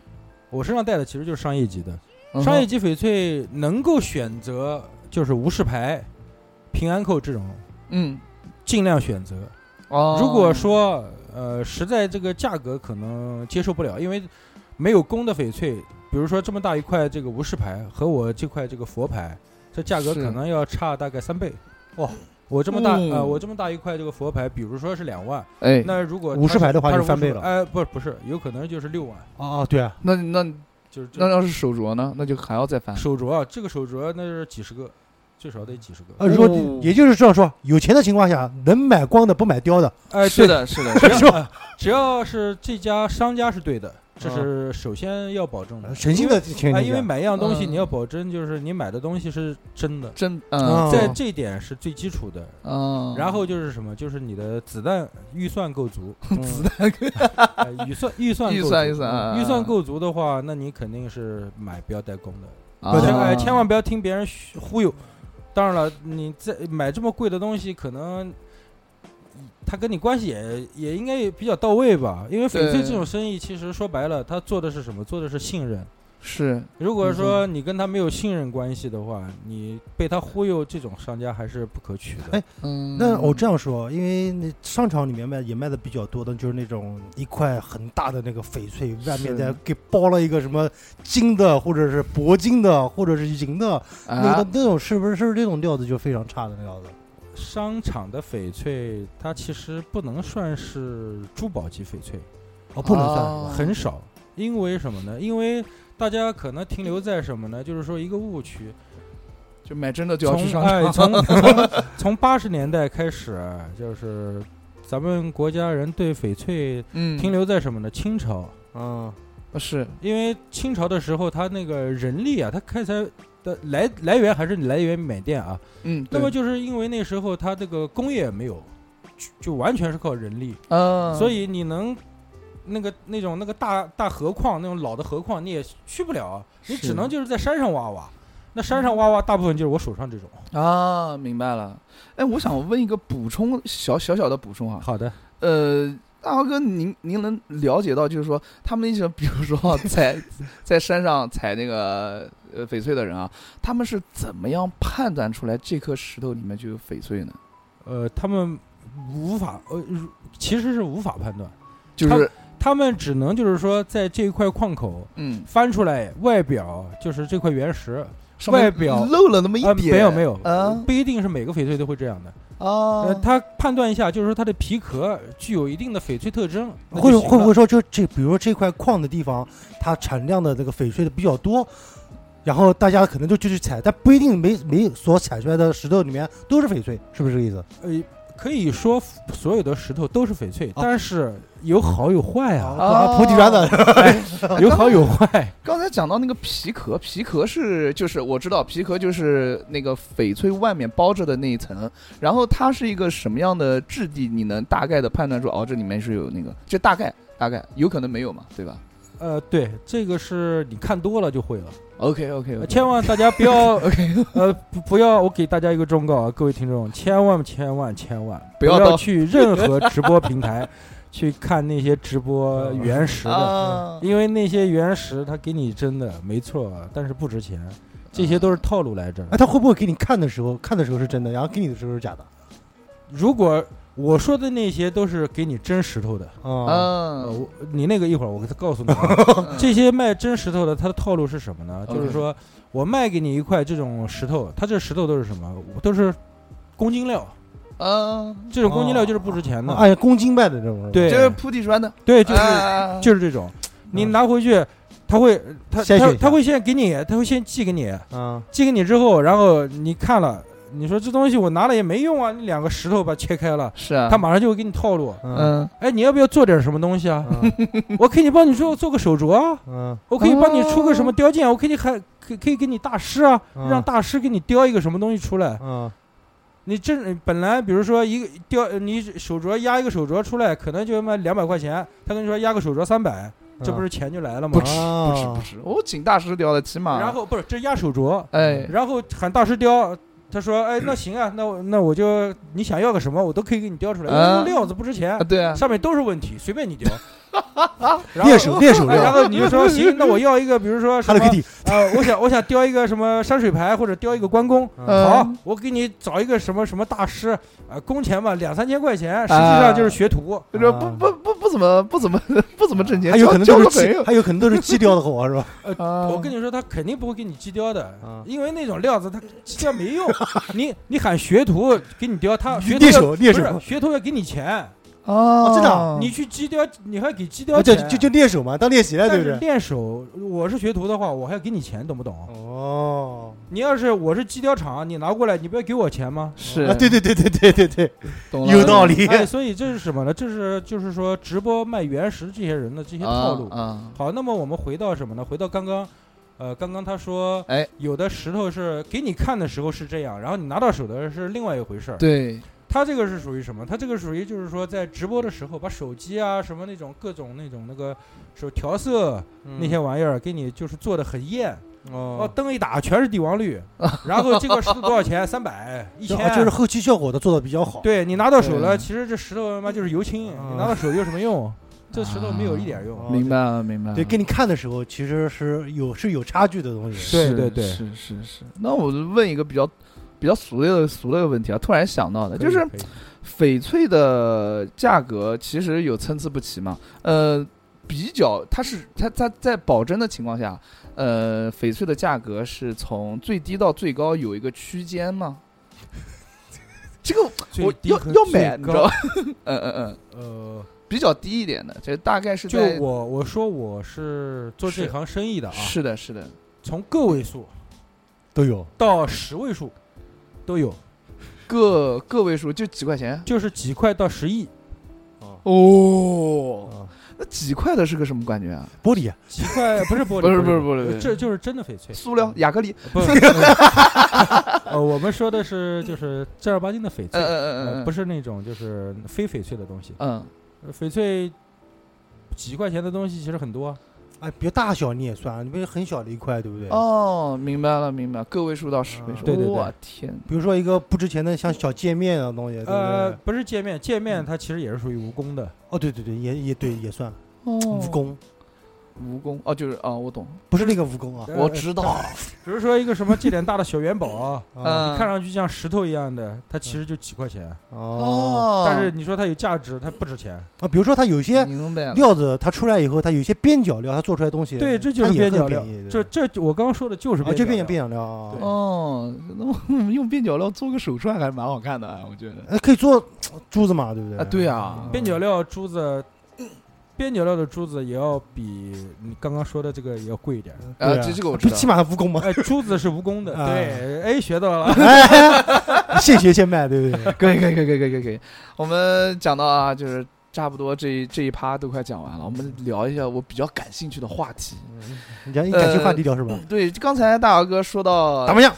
我身上戴的其实就是商业级的。嗯哼商业级翡翠能够选择就是无饰牌、平安扣这种，嗯尽量选择。哦，如果说呃实在这个价格可能接受不了，因为没有公的翡翠，比如说这么大一块这个无饰牌和我这块这个佛牌，这价格是可能要差大概三倍。哇、我这么大、嗯呃，我这么大一块这个佛牌，比如说是两万，哎，那如果无它饰牌的话它就是翻无倍饰了哎、不不是，有可能就是六万，啊啊，对啊，那那就是这那要是手镯呢，那就还要再翻。手镯啊，这个手镯那是几十嗯个，最少得几十个。啊，如果哦也就是这样说，有钱的情况下能买光的不买雕的，哎，是对，的，是的，只要是呃只要是这家商家是对的，这是首先要保证嗯的。呃神心的情啊，况因为下，买一样东西，嗯你要保证就是你买的东西是真的，真嗯，哦在这点是最基础的。嗯，然后就是什么，就是你的子弹预算 够足，嗯子呃预算预算预够算足嗯预算啊预算够足的话，那你肯定是买不要带工的。啊千哎，千万不要听别人嘘忽悠。当然了，你在买这么贵的东西，可能他跟你关系也也应该也比较到位吧？因为翡翠对这种生意，其实说白了，他做的是什么？做的是信任。是如果嗯说你跟他没有信任关系的话，你被他忽悠，这种商家还是不可取的。哎嗯，那我这样说，因为那商场里面卖也卖的比较多的，就是那种一块很大的那个翡翠，外面是再给包了一个什么金的，或者是铂金的，或者是银的，那啊个那种是不是是不是这种料子就非常差的料子？商场的翡翠，它其实不能算是珠宝级翡翠，哦，不能算，哦很少。因为什么呢？因为大家可能停留在什么呢？就是说一个误区，就买真的就要去从商哎场，从从 从八十年代开始，就是咱们国家人对翡翠 嗯，呃停留在什么呢？清朝，嗯，是因为清朝的时候，他那个人力啊，他开采的来来源还是来源于缅甸啊。嗯，那么对就是因为那时候他这个工业没有，就就完全是靠人力，嗯，所以你能那个那种那个大大河矿那种老的河矿你也去不了啊，你是嗯只能就是在山上挖挖。那山上挖挖，大部分就是我手上这种。啊，明白了。哎，我想问一个补充，小小小的补充啊，好的，呃，大豪哥，您您能了解到，就是说他们那些，比如 说在在山上采那个呃翡翠的人啊，他们是怎么样判断出来这颗石头里面就有翡翠呢？呃，他们无法呃，如其实是无法判断，就他是他们只能就是说在这一块矿口嗯，翻出来，外表就是这块原石，上面外表露了那哎么一啊，点，没有没有，啊不一定是每个翡翠都会这样的。啊呃，，他判断一下，就是说它的皮壳具有一定的翡翠特征，那就会行会不了会说就这，比如说这块矿的地方，它产量的这个翡翠的比较多，然后大家可能就就去采，但不一定每每所采出来的石头里面都是翡翠，是不是这个意思？呃，可以说所有的石头都是翡翠，哦但是有好有坏啊，啊菩提 原的，哎哦有好有坏。刚才讲到那个皮壳，皮壳是就是我知道皮壳就是那个翡翠外面包着的那一层，然后它是一个什么样的质地，你能大概的判断出哦，这里面是有那个，就大概大概有可能没有嘛，对吧呃，对，这个是你看多了就会了， ？OK OK，呃千万大家 不要 OK，呃不不要，我给大家一个忠告啊，各位听众，千万千万千万不要要到去任何直播平台 去看那些直播嗯原石的。呃啊，嗯因为那些原石，它给你真的没错，但是不值钱，嗯这些都是套路来着。哎，他会不会给你看的时候，看的时候是真的，然后给你的时候是假的？如果我说的那些都是给你真石头的，啊，呃，嗯我你那个一会儿我给他告诉 你啊，嗯这些卖真石头的，它的套路是什么呢？ OK 就是说我卖给你一块这种石头，它这石头都是什么？都是公斤料，嗯，这种公斤哦料就是不值钱的。啊按公斤卖的这种是吧，对就是铺地砖的，对，就是哎啊就是这种，你拿回去，他会他嗯筛选他一下他会先给你，他会先寄给你，啊，寄给你之后，然后你看了，你说这东西我拿了也没用啊，你两个石头把它切开了，是啊，他马上就会给你套路。嗯嗯哎，你要不要做点什么东 西啊？嗯我可以帮你做做个手镯啊，嗯，我可以帮你出个什哦么雕件，我可以还可可以给你大师啊，嗯让大师给你雕一个什么东西出来。嗯你这本来比如说一个雕，呃你手镯压一个手镯出来，可能就他妈两百块钱，他跟你说压个手镯三百，这啊不是钱就来了吗？啊不是不是，我请大师雕的，起码然后不是这压手镯，哎然后喊大师雕，他说：“哎，那行啊，那我那我就你想要个什么，我都可以给你雕出来，啊嗯因为料子不值钱啊，对啊，上面都是问题，随便 你雕。然后猎手猎手哎然料后你就说行，那我要一个，比如说什，Hello 么 Kitty，呃，我想我想雕一个什么山水牌，或者雕一个关公。嗯嗯好，我给你找一个什么什么大师，呃，工钱吧，两三千块钱，实际啊上就是学徒。就是不不不不怎么不怎么不怎么挣钱，还有可能都交是个朋鸡，友还有可能都是鸡雕的活是吧？嗯啊，我跟你说，他肯定不会给你寄雕的啊，因为那种料子他寄雕没用。你你喊学徒给你雕，他学徒猎要手猎啊不手是，学徒要给你钱，哦，真的啊你去鸡雕，你还给鸡雕啊就钱，就就猎手嘛，当练习了，但对不是对？练手，我是学徒的话，我还要给你钱，懂不懂？哦，你要是我是鸡雕厂，你拿过来，你不要给我钱 吗？是啊，对对对对对对对，懂了有道理。哎，所以这是什么呢？这是就是说直播卖原石这些人的这些套路。啊，好，那么我们回到什么呢？回到刚刚，呃，刚刚他说，哎，有的石头是给你看的时候是这样，然后你拿到手的是另外一回事儿。对，他这个是属于什么？他这个属于就是说在直播的时候，把手机啊什嗯么那种各种那种那个手调色那些玩意儿给你就是做的很艳，哦，哦，灯一打全是帝 王绿，然后这个石头多少钱？三百、一就千，哦就是后期效果都做的比较好。啊对你拿到手了，对其实这石头他妈就是油青，嗯你拿到手有什么用？这石头没有一点啊用。明白了，明白了。对，给你看的时候其实是有是有差距的东西。对是对对是是是。那我就问一个比较比较俗的俗的一个问题啊，突然想到的，就是可以可以翡翠的价格其实有参差不齐嘛，呃。比较，它是它它在保真的情况下，呃，翡翠的价格是从最低到最高有一个区间吗？ 这个我最低要和要最买，你知高道吧？ 嗯嗯嗯，呃，比较低一点的，这大概是就在我我说我是做这是行生意的啊，是的，是的，从个位数都有。到十位数都有，个个位数就几块钱就是几块到十亿，哦。那几块的是个什么感觉啊？嗯玻璃啊几块不是玻璃，不是不不是不是不是这就是真的翡翠，塑料雅克力， 不是，呃呃，我们说的是就是正儿八经的翡嗯翠，嗯呃嗯嗯，不是，是那种就是非翡翠的东西。嗯，呃翡翠几块钱的东西其实很多啊，哎，比如大小你也算，啊你不是很小的一块，对不对？哦，明白了明白了，个位数到十位数，对对对我天，比如说一个不值钱的像小界面啊东西，对不对？嗯呃，不是界面，界面它其实也是属于无工的，哦，对对对，也也对，也算哦，蜈蚣，蜈蚣，哦，就是哦，我懂，不是那个蜈蚣啊。我知道，呃比如说一个什么这点大的小元宝啊，啊嗯，看上去像石头一样的，它其实就几块钱，哦哦，但是你说它有价值，它不值钱。啊，比如说它有嗯些明白了，料子，它出来以后，它有些边角料，它做出来的东西，对，这就是它也边很角料便宜对，这这我刚刚说的就是啊，就边边角边角角料。料啊。对哦，那我 用边角料做个手串还蛮好看的啊，我觉得，哎，可以做呃珠子嘛，对不对？啊对啊边角料珠子， 边角料的珠子也要比你刚刚说的这个也要贵一点。对啊，啊这这个我知最道起，码它蜈蚣 嘛。哎，珠子是无工 的，啊对，哎，学 到了。哎，现学现卖，对不对？可以可以可以可以可以可以，我们讲到啊，就是差不多这一这一趴都快讲完了，我们聊一下我比较感兴趣的话题。你讲，你感呃兴趣话题聊是嗯吧？对，刚才大姚哥说到 打麻将，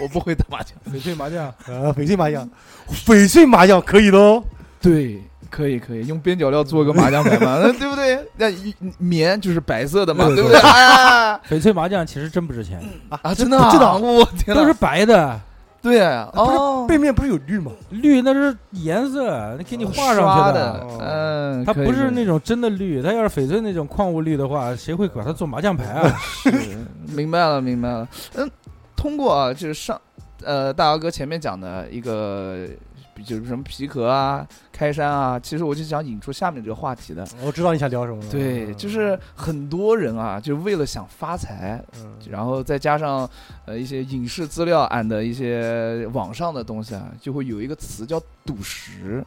我不会打麻将。翡翠麻将，呃，翡翠麻将，翡翠麻将可以的哦。对，可以可以，用边角料做个麻将牌 嘛，那对不对？那一棉就是白色的嘛，对对对不对？ 哎翡翠麻将其实真不值钱，嗯啊，真的啊，真的啊我天都哪是，白的，对哦，背面不是有绿吗？绿那是颜色，那给你画上刷去的，嗯，它可以不是可以那种真的绿，它要是翡翠那种矿物绿的话，谁会管它做麻将牌 啊？是， 明白了，明白了。嗯，通过啊，就是上呃大姚哥前面讲的一个，比就是什么皮革啊、开山啊，其实我就想引出下面这个话题的。我知道你想聊什么了。对，就是很多人啊，就为了想发财，嗯然后再加上呃一些影视资料俺的一些网上的东西啊，就会有一个词叫赌石，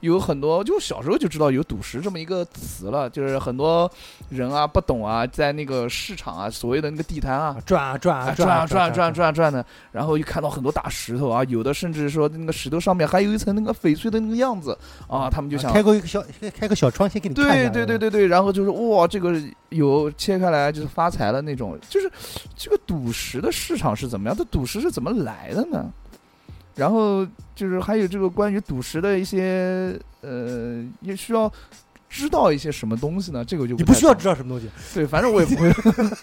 有很多就小时候就知道有赌石这么一个词了，就是很多人啊不懂啊，在那个市场啊所谓的那个地摊啊啊。转啊转啊啊转啊啊转啊啊转啊转啊转的，然后又看到很多大石头啊，有的甚至说那个石头上面还有一层那个翡翠的那个样子啊，他们就想开个一个小开个小窗，先给你看一对下。对对对对，然后就是哇，这个有切开来就是发财了那种，就是这个赌石的市场是怎么样？这赌石是怎么来的呢？然后就是还有这个关于赌石的一些呃，也需要知道一些什么东西呢？这个我就你不需要知道，道什么东西，对，反正我也 不会。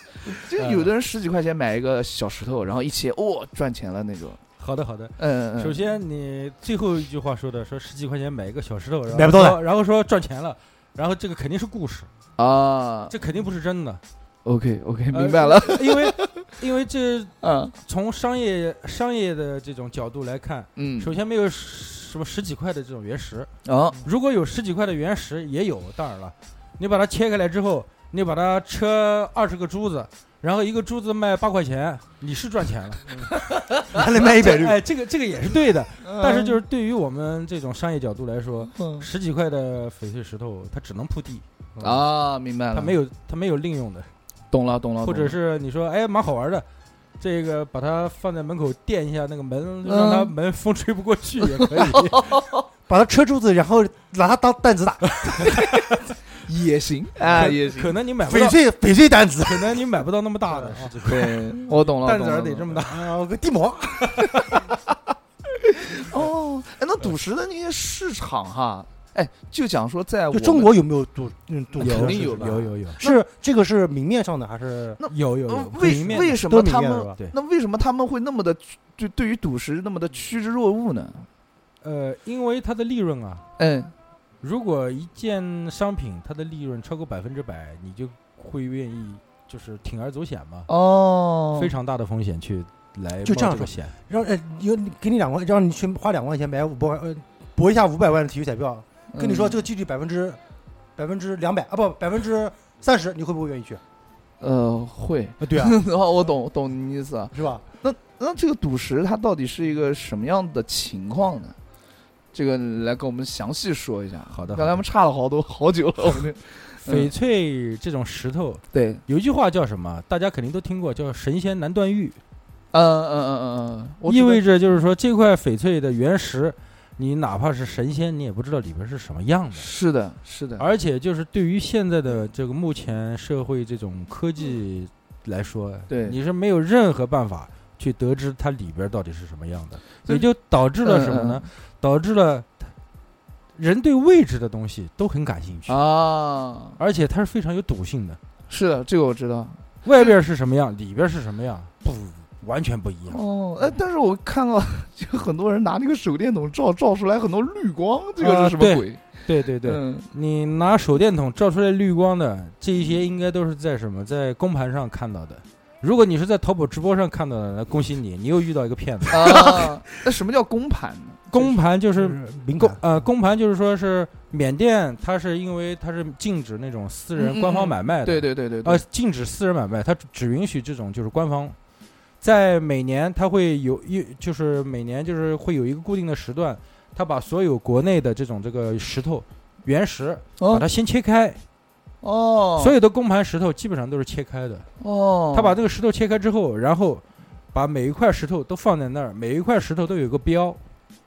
就有的人十几块钱买一个小石头，然后一切哦赚钱了那种。好的，好的。嗯，嗯嗯首先，你最后一句话说的，说十几块钱买一个小石头，然后买不到的说，然后说赚钱了，然后这个肯定是故事，啊这肯定不是真的， ，OK OK，呃明白了。，因为因为这嗯从商业商业的这种角度来看，嗯，首先没有十什么十几块的这种原石，哦如果有十几块的原石也有，当然了，你把它切开来之后，你把它车二十个珠子。然后一个珠子卖八块钱，你是赚钱 了。还得卖一百六。哎，这个这个也是对的，但是就是对于我们这种商业角度来说，嗯十几块的翡翠石头，它只能铺地，啊，明白了，它嗯没有它没有另用的，懂了懂了，或者懂了是你说哎蛮好玩的，这个把它放在门口垫一下那个门，嗯让它门风吹不过去也可以。把它车珠子，然后拿它当弹子打，也行， 哎， 可也行。可能你买不到翡，翠翡翠弹子可能你买不到那么大的十几块，对，我懂了，蛋懂子了儿得这么。大。啊，我个地毛懂了哦，哎，那赌石的那些市场哈，哎，就讲说在我就们中国有没有赌嗯赌有石肯的定事有情吧有有有是这个是明面上的还是那有有嗯有，为明面为的什都么明他面的们吧对那为什么他们会那么的对对于赌石那么的趋之若鹜呢？呃，因为它的利润啊，嗯，如果一件商品它的利润超过百分之百，你就会愿意就是铤而走险嘛，哦，非常大的风险去来就这冒样这个说险。让呃有给你两万，让你去花两万块钱买五百呃博一下五百万的体育彩票，跟嗯你说这个几率百分之百分之两百啊不百分之三十，你会不会愿意去？嗯呃会，啊 对啊，然后我懂懂你意思啊。 是吧？那那这个赌石它到底是一个什么样的情况呢？这个来跟我们详细说一下。好的刚好才我的们差了好多好久了，我 们嗯翡翠这种石头，对，有一句话叫什么？大家肯定都听过，叫“神仙难断玉 嗯嗯嗯嗯嗯”，我意觉得味着就是说这块翡翠的原石，你哪怕是神仙，你也不知道里边是什么样的。是的，是的，而且就是对于现在的这个目前社会这种科技来说，对你是没有任何办法去得知它里边到底是什么样的，所以嗯也就导致了什么呢？导致了人对未知的东西都很感兴趣，啊？而且它是非常有赌性的，是的，这个我知道。外边是什 么样，里边是什么样，不完全不一样。哦，哎，但是我看到 就很多人拿那个手电筒照照出来很多绿光，这个啊是什么对鬼？对对对，嗯你拿手电筒照出来绿光的这一些，应该都是在什嗯么在公盘上看到的。如果你是在淘宝直播上看到的，那恭喜你，你又遇到一个骗 子。啊，那什么叫公盘呢？公盘就是嗯敏公感呃公盘就是说是缅甸，它是因为它是禁止那种私嗯嗯人官方嗯买卖的，对对对对对呃，禁止私人买卖，它只只允许这种就是官方。在每年，它会有一，就是每年就是会有一个固定的时段，它把所有国内的这种这个石头原石，把哦它先切开，哦，所以有的公盘石头基本上都是切开的。哦，它把这个石头切开之后，然后把每一块石头都放在那儿，每一块石头都有个标，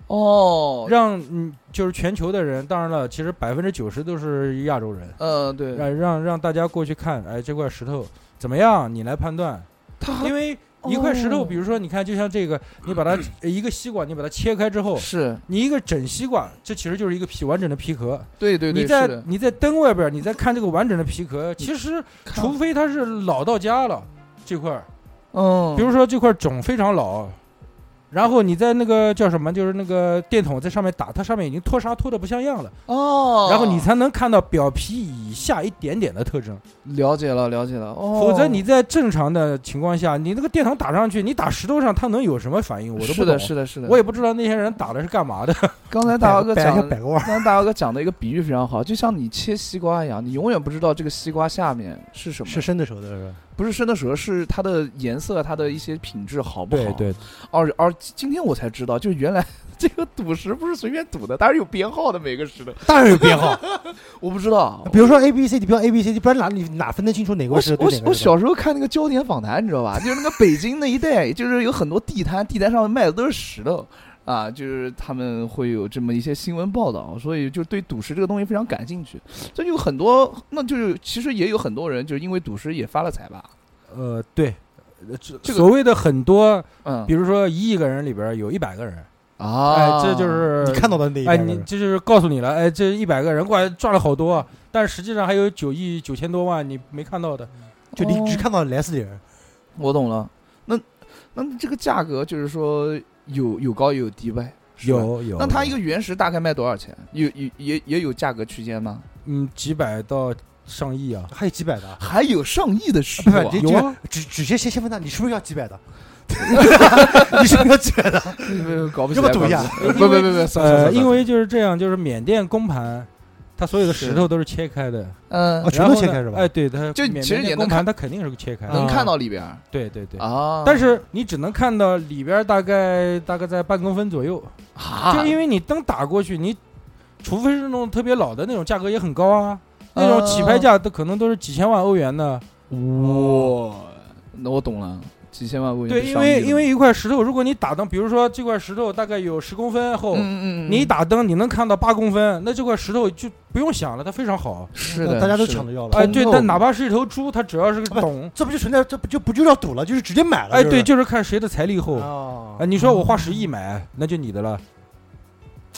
哦，让嗯就是全球的人，当然了，其实百分之九十都是亚洲人，呃对，让让让大家过去看，哎，这块石头怎么样？你来判断，它因为一块石哦头，比如说你看，就像这个，你把它一个西瓜，你把它切开之后。是你一个整西瓜，这其实就是一个皮完整的皮壳。对对对，是你在的嗯你在灯外边，你再看这个完整的皮壳，其实看除非它是老到家了这块儿，嗯，比如说这块种非常老，然后你在那个叫什么，就是那个电筒在上面打，它上面已经脱沙脱的不像样了，哦，然后你才能看到表皮以下一点点的特征，了解了了解了，哦，否则你在正常的情况下，你那个电筒打上去，你打石头上，它能有什么反应？我都是不的懂，是的是的，我也不知道那些人打的是干嘛的。刚才大摆姚个哥摆讲个的摆个腕儿，刚才大姚哥讲的一个比喻非常好，就像你切西瓜一样，你永远不知道这个西瓜下面是什么， 是生的手的是吧？不是生的时候是它的颜色、啊它的一些品质好不好？，对，而而今天我才知道，就原来 这个赌石不是随便赌的，它是有编号的，每个石头当然有编号，我不知道。 比如说 A B C D，不要 A B C D，不然哪你哪分得清楚哪我个是我对哪个我是吧？小时候看那个焦点访谈，你知道吧？就是那个北京那一带，就是有很多地摊，地摊上面卖的都是石头啊，就是他们会有这么一些新闻报道，所以就对赌石这个东西非常感兴趣。所以有很多，那就是其实也有很多人就是因为赌石也发了财吧？呃，对，呃这这个所谓的很多，嗯比如说一亿个人里边有一百个人，啊，哎，这就是你看到的那一哎，百个你人这就是告诉你了，哎，这一百个人过来赚了好多，但实际上还有九亿九千多万你没看到的。就你只哦看到莱斯里人，我懂了。那那这个价格就是说有有高也有低呗？是吧。有那它一个原石大概卖多少钱？有有也也有价格区间吗？嗯几百到上亿啊，还有几百的啊，还 有上亿的石不头是啊、你有这个啊直直接先先问他，你是不是要几百的？ 你是不是要几百的？不搞不起要来，不赌一下搞不起来不不不不，算了呃，算了因为就是这样，就是缅甸公盘，它所有的是石头都是切开的，嗯哦，全然都后切呢开是吧哎，对，它就缅其实缅也甸能公盘，它肯定是切开的，能啊看到里边儿对对对。啊，但是你只能看到里边大概大概在半公分左右，啊，就因为你灯打过去，你除非是那种特别老的那种，价格也很高啊，那种起嗯拍价都可能都是几千万欧元的。哇，那我懂了，几千万欧元对，就因上亿为了因为一块石头，如果你打灯，比如说这块石头大概有十公分厚，嗯嗯嗯，你一打灯你能看到八公分，那这块石头就不用想了，它非常好。是的，大家都是的抢着要了。哎，哎，通对，透但哪怕是一头猪，它只要是不个懂，这不就存在，这不就不就叫赌了，就是直接买了。哎，就是啊对，就是看谁的财力厚。哦哎，，你说我花十亿买，那就你的了。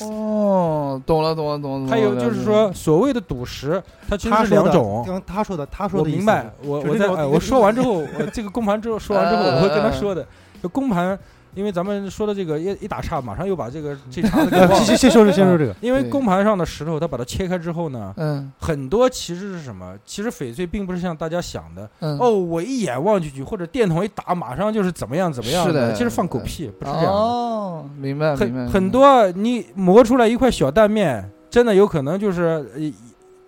哦，懂了懂了懂了。懂了还有嗯就是，说，所谓的赌石，它其实是两种。刚刚他说的，他说我的意思明白，我就我那在种哎一我个说完之后，我这个公盘之后说完之后，呃我会跟他说的。就公盘，因为咱们说的这个一一打岔，马上又把这个这茬子给呃先忘了先。先说这，先说这个。因为对公盘上的石头，它把它切开之后呢，嗯很多其实是什么？其实翡翠并不是像大家想的，嗯哦，我一眼望进去，或者电筒一打，马上就是怎么样怎么样是的其实放狗屁，不是这样的。哦，明白明白，很很多你磨出来一块小蛋面，真的有可能就是呃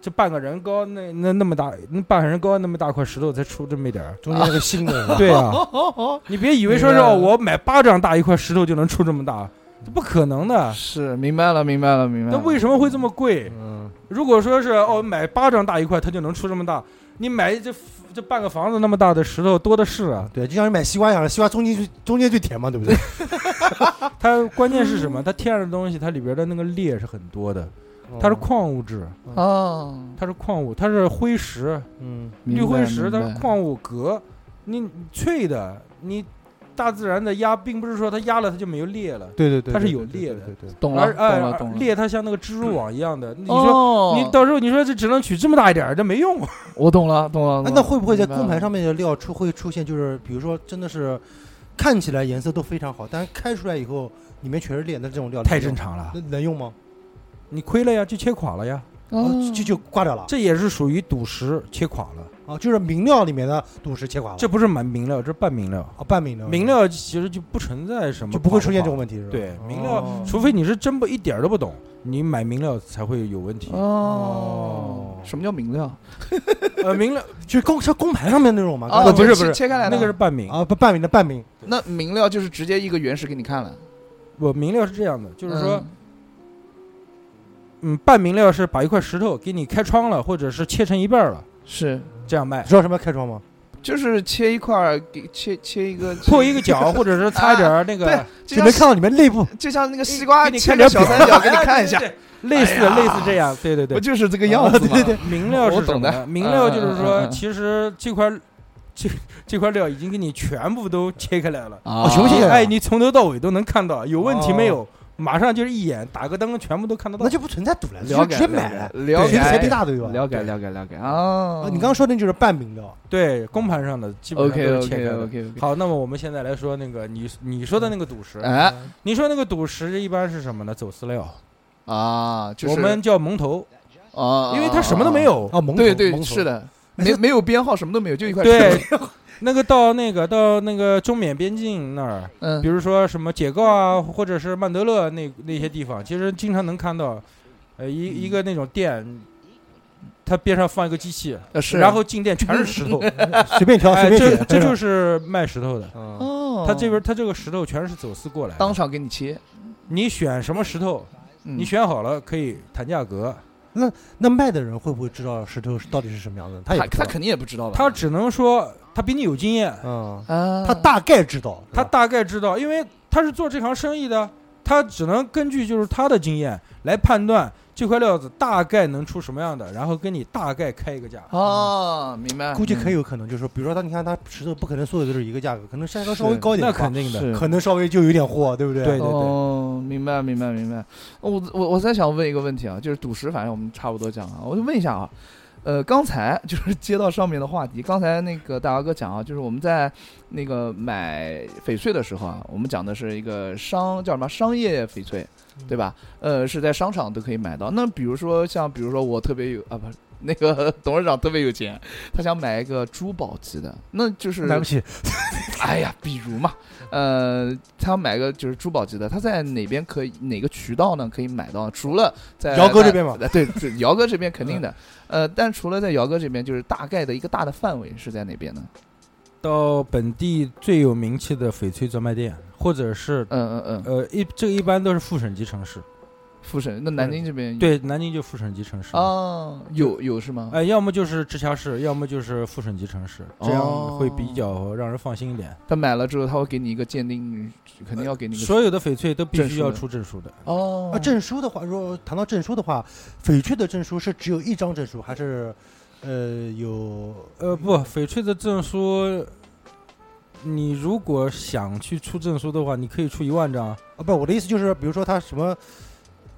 这半个人高，那那那么大，那半个人高那么大块石头才出这么一点儿。中间 那个新的，对啊，你别以为说是明白哦了我买巴掌大一块石头就能出这么大，这不可能的。是啊明白了明白了明白那了。为什么会这么贵？嗯，如果说是哦买巴掌大一块，它就能出这么大，你买这这半个房子那么大的石头多的是 啊。对，就像是买西瓜一样，西瓜中间最中间最甜嘛，对不对？它关键是什么？它天然的东西，它里边的那个裂是很多的，哦嗯它是矿物质，哦，它是矿物，它是灰石，嗯，绿明白灰石，它明是白矿物镉，你脆的，你大自然的压，并不是说它压了它就没有裂了，对对对，它是对有对裂对的对对对懂了而哎懂了而懂了。裂它像那个蜘蛛网一样的，你说。哦，你到时候你说这只能取这么大一点儿，这没用。我懂了懂了。懂哎那了会不会在明白公了盘上面的料出会出现，就是比如说真的是看起来颜色都非常好，但是开出来以后里面全是裂，那这种料太能用正吗，常了，能能用吗？你亏了呀，就切垮了呀，哦，就就挂掉了这也是属于赌石切垮了，啊，就是明料里面的赌石切垮了，这不是满明料，这是半明料。啊半明料，明料其实就不存在什么垮垮，就不会出现这种问题是吧？对哦明料除非你是真不一点儿都不懂，你买明料才会有问题。哦，什么叫明料？呃，明料就是公是公盘上面那种嘛，啊，呃刚才不是切不是切开来的那个是半明，啊不半明的半明，那明料就是直接一个原石给你看了，嗯我明料是这样的，就就是说，嗯，半明料是把一块石头给你开窗了，或者是切成一半儿了，是这样卖你，知道什么叫开窗吗？就是切一块儿给切切一个 破一个角，或者是擦一点儿那对个，，就就能像看到里面内部，就像那个哎西瓜给你切看个点小表三角给你看一下， 对，对对类似哎呀类似这样，对对不对，就是这个样子吗？对对明料我是什懂么的呢？明料就是嗯嗯说，嗯嗯其实这块 这这块料已经给你全部都切开来了。啊全部切开来哎，你从头到尾都能看到，有问题没哦有？马上就是一眼打个灯，全部都看得到那。就不存在赌了，了就解直接买了，了谁解谁最大对吧？了解对了解了解啊啊，！你刚刚说那就是半明料，对，公盘上的基本上 OK 都是切开 OK 的。 OK OK，好，那么我们现在来说那个你你说的那个赌石，啊哎你说那个赌石一般是什么呢？走私料，啊，就是我们叫蒙头，啊，因为它什么都没有，有。哦，蒙对头对蒙头是的，那没就没有编号，什么都没有，就一块石哎对头，，那个到那个到那个中缅边境那儿，嗯比，如说什么解告啊，或者是曼德勒那那些地方，其实经常能看到，呃，嗯一一个那种店，它边上放一个机器，呃是，然后进店全是石 头， 随便挑，随哎，便这选，这就是卖石头的。嗯哦，他这边他这个石头全是走私过来的，当场给你切，你选什么石头，嗯你选好了可以谈价格，那卖的人会不会知道石头是到底是什么样的？他也他不知道他肯定也不知道吧？他只能说他比你有经验，嗯，啊，他大概知道，他对吧大概知道，因为他是做这行生意的，他只能根据就是他的经验来判断这块料子大概能出什么样的，然后跟你大概开一个价。哦，明白，估计可以，以有可能，就是说，比如说他，你看他石头不可能所有都是一个价格，可能价格稍微是高一点那的话，肯定的，是可能稍微就有点货，对不对？对对哦，明白明白明白。我我我再想问一个问题啊，就是赌石，反正我们差不多讲啊，我就问一下啊，呃，刚才就是接到上面的话题，刚才那个大姚哥讲啊，就是我们在那个买翡翠的时候啊，我们讲的是一个商叫什么商业翡翠，对吧？呃，是在商场都可以买到。那比如说像，比如说我特别有啊，不是那个 董事长特别有钱，他想买一个珠宝级的，那就是买不起，哎呀，比如嘛，呃，他买个就是珠宝级的，他在哪边可以哪个渠道呢可以买到？除了在姚哥这边嘛嗯呃对，对姚哥这边肯定的，呃，但除了在姚哥这边，就是大概的一个大的范围是在哪边呢？到本地最有名气的翡翠专卖店，或者是嗯嗯嗯，呃一这个一般都是副省级城市，复审那南京这边对，南京就副省级城市。啊，有有是吗？哎，要么就是直辖市，要么就是副省级城市，这样会哦比较让人放心一点。他买了之后，他会给你一个鉴定，肯定要给你一个所有的翡翠都必证须书要的出证书的，哦啊，证书的话，如果谈到证书的话，翡翠的证书是只有一张证书，还是呃有呃，不，翡翠的证书，你如果想去出证书的话，你可以出一万张。呃啊？不，我的意思就是，比如说他什么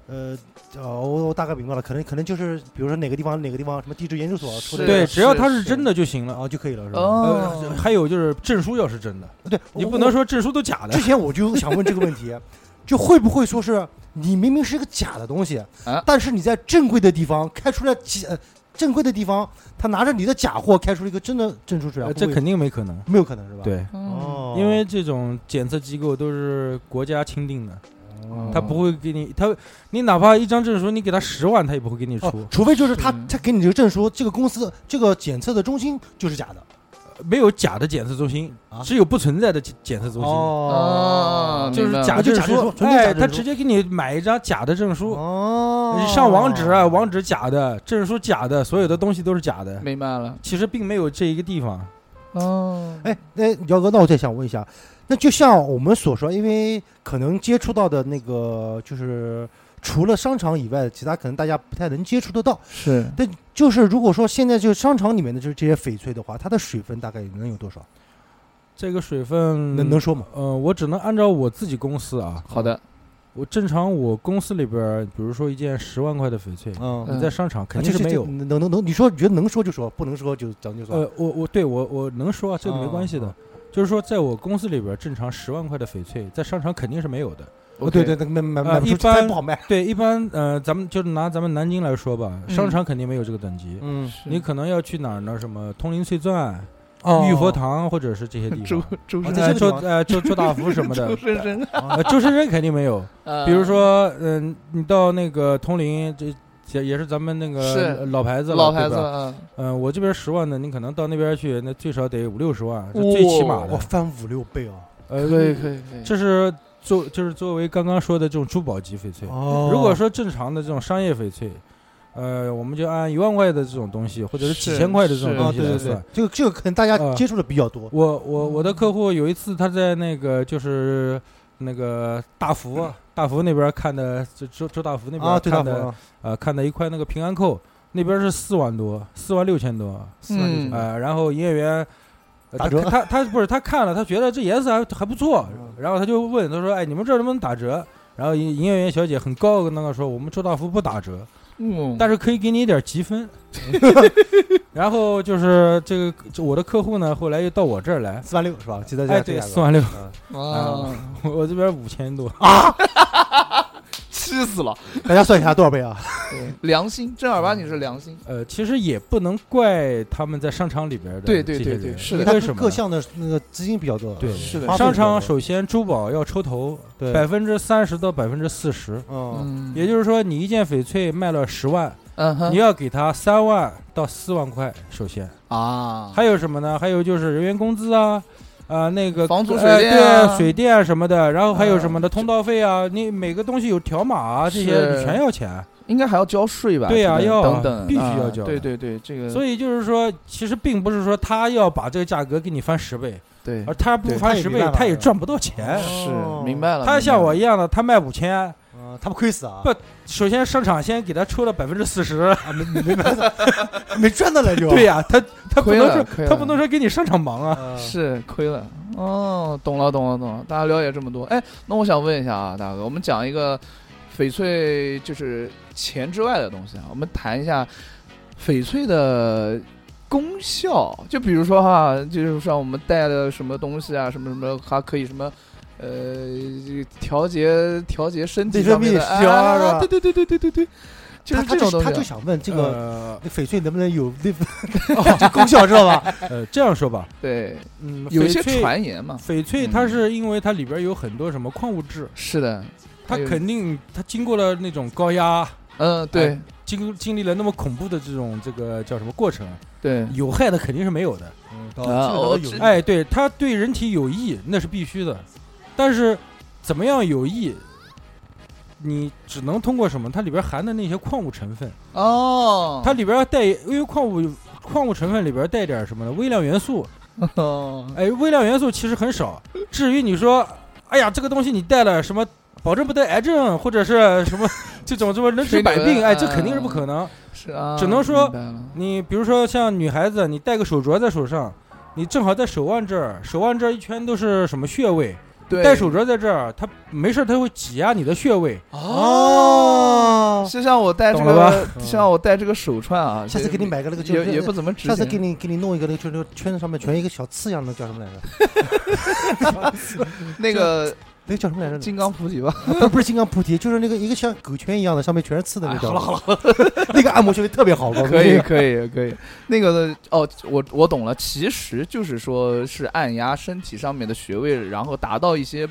呃，呃，我我大概明白了，可能可能就是比如说哪个地方哪个地方什么地质研究所出是的，对，只要它是是真的就行然了。啊后就可以了，是吧？呃，哦，还有就是证书要是真的，对，你我不能。我说证书都假的之。前我就想哦问这个问题， 就会不会说是你明明是一个假的东西，啊但是你在正规的地方开出来假、呃正规的地方，他拿着你的假货开出了一个真的证书出来，呃会不这会肯定没可能。没有可能是吧？，对，嗯，哦，因为这种检测机构都是国家钦定的，哦他不会给你他，你哪怕一张证书，你给他十万，他也不会给你哦出，。除非就是他是他给你这个证书，这个公司这个检测的中心就是假的没有假的检测中心啊，只有不存在的检检测中心。哦就是明白假了就证假证书纯粹假哎，证他书直接给你买一张假的证书，哦你上网址啊，网址假的，证书假的，所有的东西都是假的。明白了，其实并没有这一个地方，哦，哎，那姚哥，那我再想问一下，那就像我们所说，因为可能接触到的那个就是除了商场以外，其他可能大家不太能接触得到。是但就是如果说现在就是商场里面的就是这些翡翠的话，它的水分大概能有多少？这个水分能能说吗？呃，我只能按照我自己公司啊，好的，我正常我公司里边儿，比如说一件十万块的翡翠，嗯，你在商场肯啊定就是没有。能能能能，你说你觉得能说就说，不能说就咱就算。呃，我我对我我能说啊，这个没关系的。啊就是说，在我公司里边儿，正常十万块的翡翠在商场肯定是没有的。哦，对对，，那卖卖卖呃不一出，它也般不好卖。对，一般呃，咱们就是拿咱们南京来说吧，嗯商场肯定没有这个等级。嗯，你可能要去哪儿呢？什么通灵翠钻、 哦玉 佛堂，或者是这些 地周方。周深啊这呃些周地方呃周周大福 什么的周，深深，呃哦周深深肯 定没有。呃比如说，嗯，你到那个通灵，这也也是咱们那是个老牌子了，老牌子啊对吧。了，嗯，我这边十万的，你可能到那边去，那最少得五六十万，是哇哦最起码 的哇，。翻五六倍啊！呃，可以可以可以，这是作就是作为刚刚说的这种珠宝级翡翠。哦如 果说正常的这种商业翡翠，呃，我们就按一万块的这种东西，或者是是几千块的这种是哦东啊，西对来对算对。，这个这个可能大家呃接触的比较多。我我我的客户有一次他在那个就是那个大福啊大福那边看的，就周周大福那嗯啊，边对大看佛的啊，呃看的一块那个平安扣，那边是四万多，四万六千多，四万六千嗯多呃，然后营业员。呃打他折嗯他他不是他看了，他觉得这颜色还还不错，然后他就问他说：“哎，你们这儿能不能打折？”然后营营业员小姐很高跟那个说：“我们周大福不打折，嗯，但是可以给你一点积分。” 然后就是这个这我的客户呢，后来又到我这儿来，四万六是吧？记得哎，对，四万六， 嗯啊，我这边五千多，气死了，大家算一下多少倍啊？ 良心，正儿八经是良心，呃，其实也不能怪他们在商场里边的对对这些对对人是因的为为它什么各呢？项的那个资金比较多，嗯对啊是的花费商比较场多首先珠宝要抽头，百对，分之三十到百分之四十，嗯，嗯，也就是说你一件翡翠卖了十万，嗯哼你要给他三万到四万块，首先啊，还有什么呢？还有就是人员工资啊。啊、那个房租呃水电啊对水电啊什么的，然后还有什么的、嗯通道费啊，你每个东西有条码啊，这些是你全要钱。应该还要交税吧？对呀这个要等啊等，必须啊要交的对对对，这个所以就是说，其实并不是说他要把这个价格给你翻十倍，对而他不对翻他也十没倍办，法他也的赚不到钱。是哦明白了。他像我一明样的，他卖五千，嗯他不亏死啊，不首先商场先给他抽了百分之四十，啊没赚到了就 对呀，他他不亏能了说亏他了不能说给你商场忙啊。 白了呃是亏了哦，懂了懂了懂了，大家了解这么多。哎，那我想问一下啊，大哥，我们讲一个翡翠就是钱之外的东西啊，我们谈一下翡翠的。功效，就比如说哈，就是像我们带的什么东西啊，什么什么，还可以什么，呃，调节调节身体内分上面泌的失调啊是啊，吧对对对对对对对，就他是他这种就东西他啊。就想问这个个那翡翠能不能有那哦这功效知道 吧？呃 这样说吧，对，嗯，有一些翡翠传嗯言嘛，翡翠它是因为它里边有很多什么矿物质，是的，它还有肯定它经过了那种高压，嗯，对哎经经历了那么恐怖的这种这个叫什么过程，对，有害的肯定是没有的。啊哦哦，这个能不能有这哎，对，它对人体有益，那是必须的。但是怎么样有益，你只能通过什么？它里边含的那些矿物成分，哦，它里边带因为矿物矿物成分里边带点什么呢？微量元素。 哦哎，微量元素其实很少。至于你说，哎呀，这个东西你带了什么？保证不得癌症，或者是什么这种什么能治百吹病？牛哎，这肯定是不可能。是啊，只能说明白了你比如说像女孩子，你戴个手镯在手上，你正好在手腕这儿，手腕这儿一圈都是什么穴位？对，戴手镯在这儿，它没事儿它会挤压你的穴位。哦，就像我戴这懂个了，嗯像我戴这个手串啊，下次给你买个那个就也是也不怎么值下次给钱你给你弄一个那个圈圈圈子上面全一个小刺一样的叫什么来着？那个那个叫什么来着？啊金刚菩提吧，不不是金刚菩提，就是那个一个像狗圈一样的，上面全是刺的那个。好了好了， 那个按摩穴位特别好，我告诉你 可以可以可以，那个的哦，我我懂了，其实就是说是按压身体上面的穴位，然后达到一些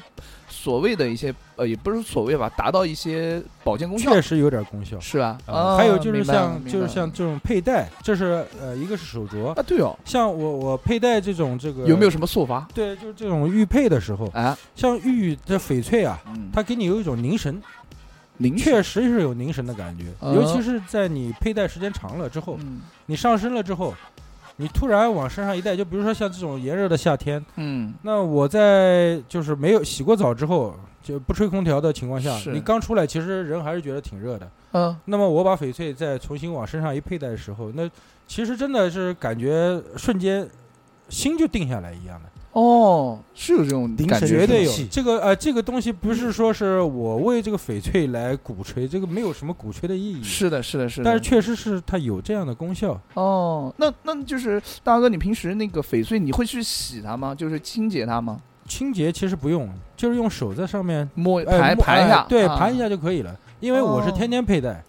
所谓的一些呃，也不是所谓吧，达到一些保健功效确，实有点功效。是吧？啊啊，还有就是明白了像明就白了是像这种佩戴，这是呃一个是手镯，啊，对哦，像我我佩戴这种这个有没有什么做法？对，就是这种玉佩的时候，啊，像玉的翡翠啊，嗯，它给你有一种凝神，零确实是有凝神的感觉，啊尤其是在你佩戴时间长了之后，嗯你上身了之后，你突然往身上一戴，就比如说像这种炎热的夏天，嗯，那我在就是没有洗过澡之后，就不吹空调的情况下，是你刚出来，其实人还是觉得挺热的。嗯那么我把翡翠再重新往身上一佩戴的时候，那其实真的是感觉瞬间心就定下来一样的，哦，是有这种灵感神觉绝是对吗有是吗这个呃，这个东西不是说是我为这个翡翠来鼓吹，这个没有什么鼓吹的意义，是的，是的，是的。但是确实是它有这样的功效。哦，那那就是大哥，你平时那个翡翠你会去洗它吗？就是清洁它吗？清洁其实不用，就是用手在上面摸呃盘摸盘一哎下，对，啊盘一。下就可以了。因为我是哦天天佩戴，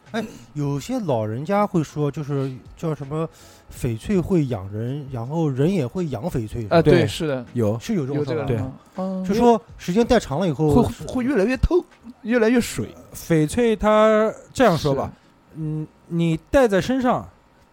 有些老人家会说，就是叫什么翡翠会养人，然后人也会养�翠翠，啊，对，对是的，有是有这有种这说个法。对吗，哦就说时间戴长了以会后，会越来越透，越来越水。翡翠它这这样说吧，，嗯，你戴在身上，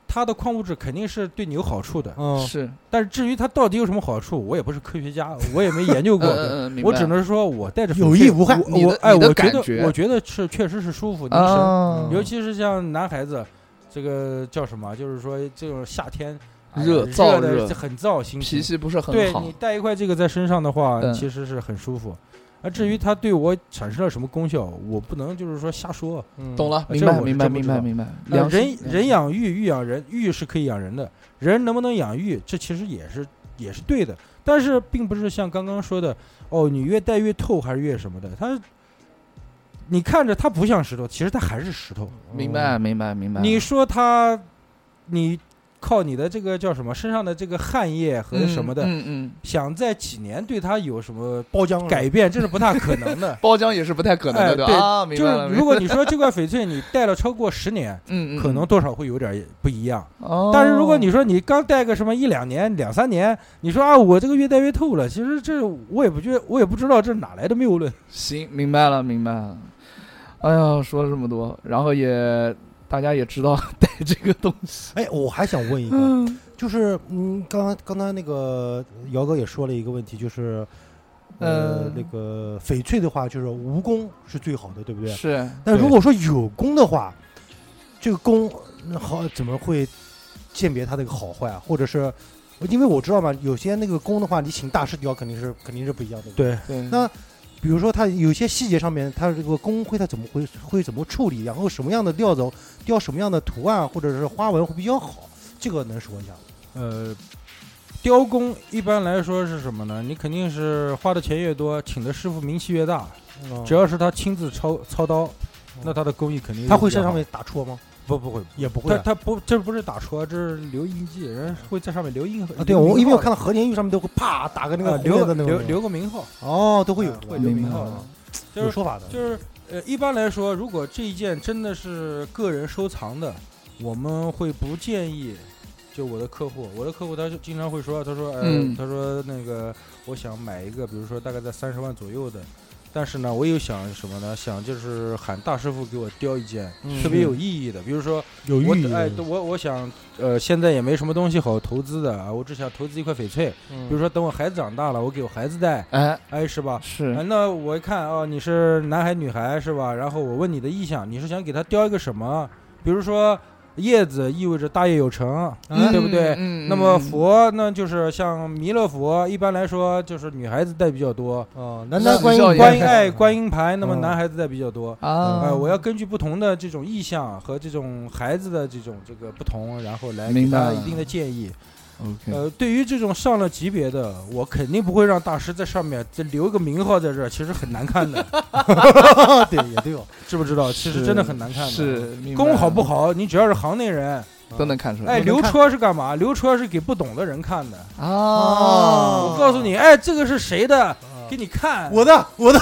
它的矿物质肯定是对你有好处的。嗯，是，但是至于它到底有什么好处，我也不是科学家，我也没研嗯究 过。嗯嗯，明我白只能说，我戴着有益无害我你的我哎，你的我觉感觉得我觉得是确实是舒服，凝神。啊，尤其是像男孩子，这个叫什么？就是说这种夏天哎呀热燥热热的很燥，心情脾气不是很对好你，带一块这个在身上的话，嗯其实是很舒服。啊，至于它对我产生了什么功效，我不能就是说瞎说。嗯懂了，这明白，我是明白，真不明知白，道明白。呃良人心人，养育，育养人，育是可以养人的。人能不能养育，这其实也是也是对的。但是并不是像刚刚说的，哦，你越戴越透还是越什么的。它，你看着它不像石头，其实它还是石头。明白，明白，明白。嗯你说它，你靠你的这个叫什么身上的这个汗液和嗯什么的，嗯嗯，。想在几年对它有什么包浆了改变，这是不大可能的包浆也是不太可能哎的，吧？对啊， 明就白了。是明如白果你说这块翡翠你戴了超过十年，嗯，嗯可能嗯多少会有点不一样。哦但是如果你说你刚戴个什么一两年、两三年，你说啊，我这个越戴越透了，其实这我也不觉，我也不知道这哪来的谬论。行，明白了，明白了。哎呀，说了这么多，然后也大家也知道带这个东西，哎，我还想问一个，嗯就是嗯，刚刚刚才那个姚哥也说了一个问题，就是呃嗯，那个翡翠的话，就是无功是最好的，对不对？是但如果说有功的话，这个功那好怎么会鉴别它的好坏啊？或者是因为我知道嘛，有些那个功的话，你请大师雕肯定是肯定是不一样的。，对，对，那比如说它有些细节上面，它这个工会它怎么会会怎么处理，然后什么样的料子雕什么样的图案或者是花纹会比较好，这个能说一下吗？嗯呃，雕工一般来说是什么呢？你肯定是花的钱越多，请的师傅名气越大。哦只要是他亲自操操刀，那他的工艺肯定他嗯会在在上面打戳吗？不不会。也不会他啊。他不，这不是打戳，这是留印记，人家会在上面留印。啊对，留名我因为我号看到和田玉上面都会啪打个那呃个留红的个那留个，留个名号，哦，都会有啊的会留有名的号啊就有是说法的，就是呃，一般来说，如果这一件真的是个人收藏的，我们会不建议。就我的客户，我的客户他就经常会说，他说，呃，嗯他说那个，我想买一个，比如说大概在三十万左右的，但是呢，我又想什么呢？想就是喊大师傅给我雕一件、嗯特别有意义的，比如说有我寓意。嗯哎，啊我我想，呃，现在也没什么东西好投资的啊，我只想投资一块翡翠，嗯比如说等我孩子长大了，我给我孩子戴，哎哎，是吧？啊，是那我一看哦，你是男孩女孩是吧？然后我问你的意向，你是想给他雕一个什么？比如说叶子意味着大业有成，嗯对不对？嗯那么嗯佛呢，就是像弥勒佛，一般来说就是女孩子戴比较多，哦，南丹那观你叫 对音观也音 哎观音牌，那么嗯男孩子戴比较多。啊，呃，我要根据不同的这种意向和这种孩子的这种这个不同，然后来给明白他了嗯一定的建议。 OK，呃，对于这种上了级别的，我肯定不会让大师在上面再留一个名号在这儿，其实很难看的， 对，也对哦，知不知道？呃其实真的很难看的。是功好不好好，你只要是行内人，都嗯能看出来。哎，能留看车是干嘛？留车是给不懂的人看的。啊，我告诉你，哎，这个是谁的？哦给你看。我的我的，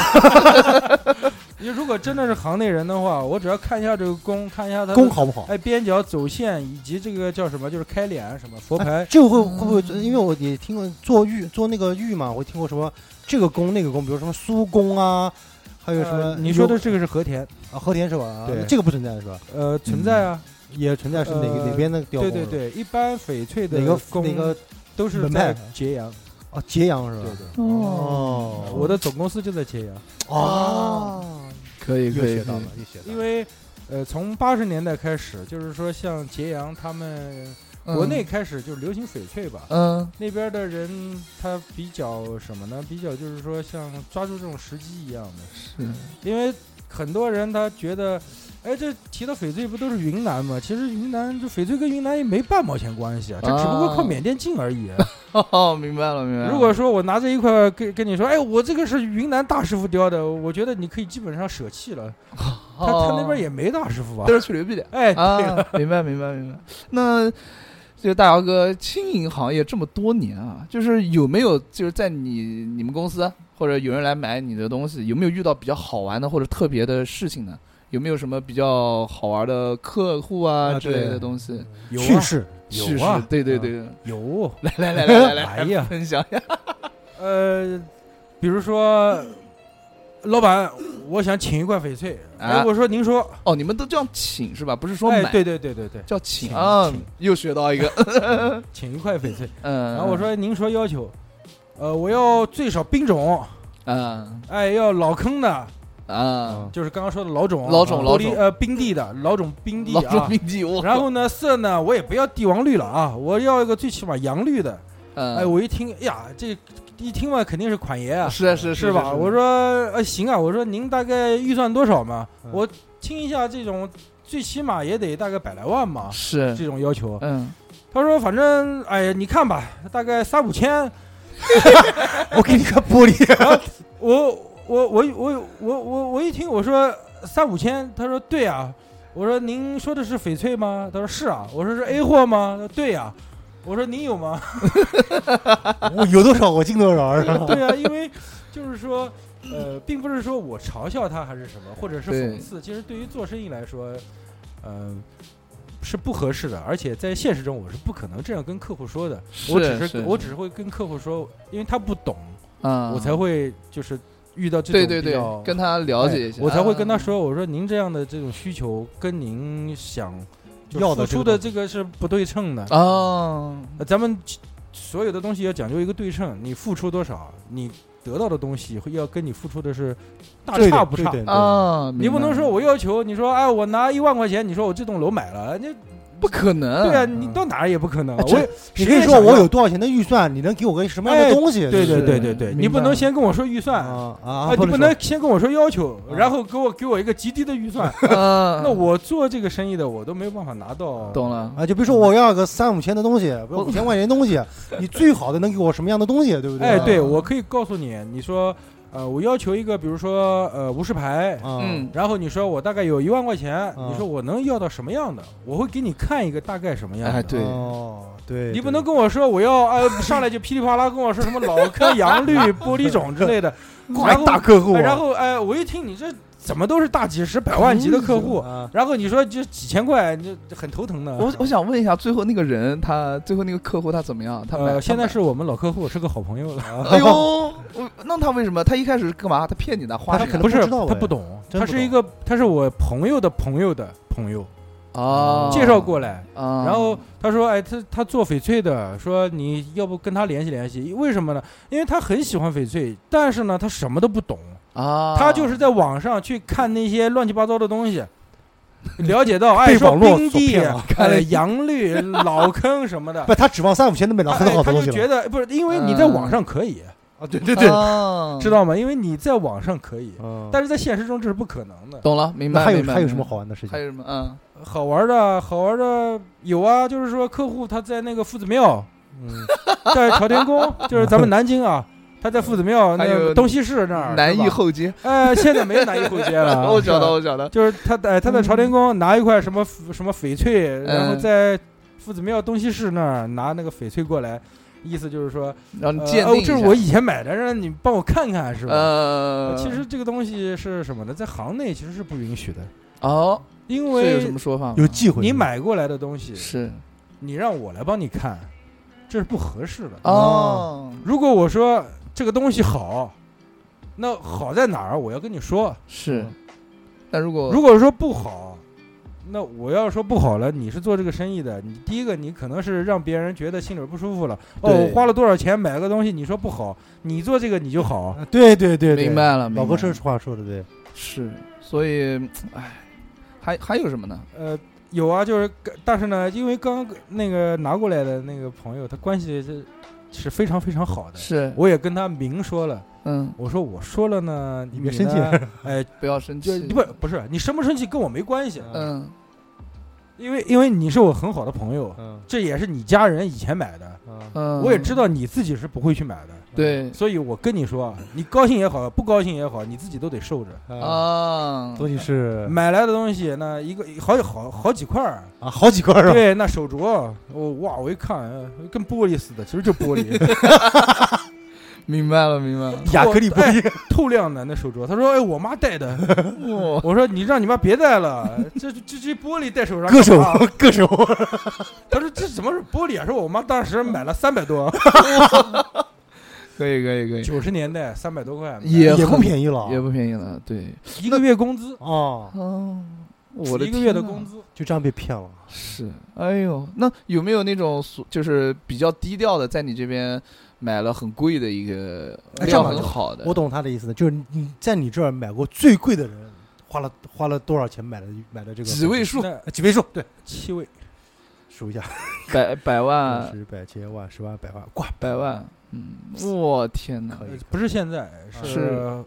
你如果真的是行内人的话，我只要看一下这个弓，看一下他的弓，好不好？哎，边角走线以及这个叫什么，就是开脸什么佛哎牌， 这个会会不会？因为我也听过做玉做那个玉嘛，我听过什么这个宫那个宫，比如什么苏宫啊，还有什么呃你说的这个是和田，啊和田是吧？啊对这个不存在是吧？呃，存在啊，也存在是哪个呃哪边的雕对工？对对，一般翡翠的哪个弓哪个都是门在派揭阳，啊？揭阳是对吧？对。哦我的总公司就在揭阳，哦，可以又可以学，到了，又学到了。因为，呃，从八十年代开始，就是说像揭阳他们嗯国内开始就流行翡翠吧，嗯那边的人他比较什么呢？比较就是说像抓住这种时机一样的，是因为很多人他觉得，哎，这提到翡翠不都是云南吗？其实云南这翡翠跟云南也没半毛钱关系啊，这只不过靠啊哦缅甸近而已。哦，明白了明白了。如果说我拿着一块跟跟你说，哎，我这个是云南大师傅雕的，我觉得你可以基本上舍弃了。他他那边也也没大师傅啊都。是吹牛逼的。 哎，对哦啊，明白明白明白。那这个大姚哥，轻盈行业这么多年啊，就是有没有就是在你你们公司或者有人来买你的东西，有没有遇到比较好玩的或者特别的事情呢？有没有什么比较好玩的客户啊啊之类的对东西？哎有去啊世趣事有 啊，对对啊，对，有。来来来来来来，哎呀分享一下。呃，比如说，老板，我想请一块翡翠。啊哎，我说您说，哦，你们都这样请是吧？不是说哎，买，对对对对对，叫请请啊请， 又学到一个。请一块翡翠。嗯，然后我，说您说要求，呃，我要最少冰种，嗯哎，要老坑的，啊，就是刚刚说的老种啊，老种啊老玻璃种呃冰地的老种冰地老中啊。名记， 我然后呢，色呢，我也不要帝王绿了啊，我要一个最起码洋绿的。哎，嗯，我一听，哎呀，这一听嘛，肯定是款爷啊，是啊是啊是吧？啊我说，呃，行啊，我说您大概预算多少嘛？嗯我听一下这种，最起码也得大概百来万嘛，是，啊这种要求。嗯，他说，反正，哎呀，你看吧，大概三五千，我给你个玻璃，我我我我我我我一听我说三五千，他说对啊，我说您说的是翡翠吗？他说是啊，我说是 A 货吗？他说对呀、我说您有吗？我有多少我进多少是 吧？对啊呀、因为就是说，呃，并不是说我嘲笑他还是什么，或者是对讽刺，其实对于做生意来说，呃。是不合适的，而且在现实中我是不可能这样跟客户说的。我只是我只会跟客户说，因为他不懂，啊，我才会就是遇到这种对对比较对，跟他了解哎一下，我才会跟他啊，说，我说您这样的这种需求跟您想就要的付这个出的这个是不对称的。哦，呃咱们所有的东西要讲究一个对称，你付出多少，你得到的东西会要跟你付出的是大对的差不差。对的啊，你不能说明白我要求你说，哎，我拿一万块钱，你说我这栋楼买了，那不可能，对啊，你到哪儿也不可能。哎我这你谁可以也说想我要有多少钱的预算，你能给我个什么样哎的东西？对对是对对对，明你不白能先跟我说预算啊，啊啊，你不说能先跟我说要求，啊然后给我给我一个极低的预算， 啊， 那我做这个生意的，我都没有办法拿到。 懂了，啊，就比如说我要个三五千的东西，不是五千块钱的东西，你最好的能给我什么样的东西，对不对？哎，对，啊我可以告诉你，你说，呃，我要求一个，比如说，呃，无石牌，啊，嗯，然后你说我大概有一万块钱，嗯你说我能要到什么样的？我会给你看一个大概什么样哎，的。对，哦，对，你不对能跟我说我要呃上来就噼里啪啦跟我说什么老坑、杨绿、玻璃种之类的，怪然后大客户啊，哎然后哎，我一听你这怎么都是大几十、百万级的客户，啊，然后你说就几千块，你就很头疼的。呃我我想问一下，最后那个人他最后那个客户他怎么样？他买呃，现在。他买是我们老客户，是个好朋友 了。啊 哎呦，我那他为什么？他一开始是干嘛？他骗你的，花他你的可能不是不知道他哎不懂，真他不是一懂个他是我朋友的朋友的朋友哦，介绍过来，嗯啊，然后他说哎他他做翡翠的，说你要不跟他联系联系，为什么呢？因为他很喜欢翡翠，但是呢他什么都不懂，啊，他就是在网上去看那些乱七八糟的东 西。了解到，哎，被说网络冰所地、骗了看了洋绿、老坑 什么的，啊不，他指望三五千都没拿哎很好的他东就西觉了得不是，因为你在网上可以，啊，对对对，对知道吗？因为你在网上可以，嗯但是在现实中这是不可能的。懂了，明那白。还有明白还有什么明白好玩的事还情？有什么？嗯，好玩的，好玩的有啊，就是说客户他在那个夫子庙，嗯， 在朝天宫，就是咱们南京啊，它在夫子庙那还有个东西市那儿，南是吧艺后街，哎，现在没有南艺后街 了，我找是吧到，我找到，啊就是他在他在朝天宫拿一块什么翡什么翡翠，然后嗯在夫子庙东西市那儿拿那个翡翠过来，意思就是说，让你嗯呃鉴哦定一这下是我以前买的，让你帮我看看是吧？呃，其实这个东西是什么呢？在行内其实是不允许的，哦，因这有什为么说法吗？有忌讳。你买过来的东西，是你让我来帮你看，这是不合适的。哦，如果我说这个东西好，那好在哪儿？我要跟你说。是。嗯那如果如果说不好，那我要说不好了，你是做这个生意的，你第一个你可能是让别人觉得心里不舒服了。哦，对我花了多少钱买了个东西，你说不好，你做这个你就好。啊对对对对，明白了，老明哥白这了话说的对，是，所以，哎，还还有什么呢？呃，有啊，就是但是呢，因为刚刚那个拿过来的那个朋友，他关系是是非常非常好的。是，我也跟他明说了，嗯，我说我说了呢，你别生气啊呢，哎，不要生就气，不不是你生不生气跟我没 关系，嗯，因为因为你是我很好的朋友，嗯这也是你家人以前买的，嗯嗯，我也知道你自己是不会去买的，对所以我跟你说，啊你高兴也好，不高兴也好，你自己都得受着。啊，啊，东西是买来的东西呢，一个好几好好几块儿，啊，好几块儿是 吧？对，那手镯，我哇，我一看呃跟玻璃似的，其实就玻璃，明白了，明白 了， 亚克力玻 璃，哎透亮的那手镯。他说：“哎，我妈戴的。” 哇，我说：“你让你妈别戴了，这这这玻璃戴手上各手干 嘛各手，他说：“这什么是玻璃啊？”说：“我妈当时买了三百多，可以可以可以，九十年代三百多块，也也不很便宜了啊也不便宜了，对，一个月工资，哦，哦，我的一个月的天呐工资。就这样被骗了。是，哎呦，那有没有那种所就是比较低调的，在你这边买了很贵的一个哎这量样吧很就好的？我懂他的意思呢，就是你你在你这儿买过最贵的人，花了花了多少钱买的买的这个几位数，那啊几位数？对，七位，数一下，百百万，十百千万十万百万，啊哇，百万，嗯，我天哪可，以呃不是现在，啊是是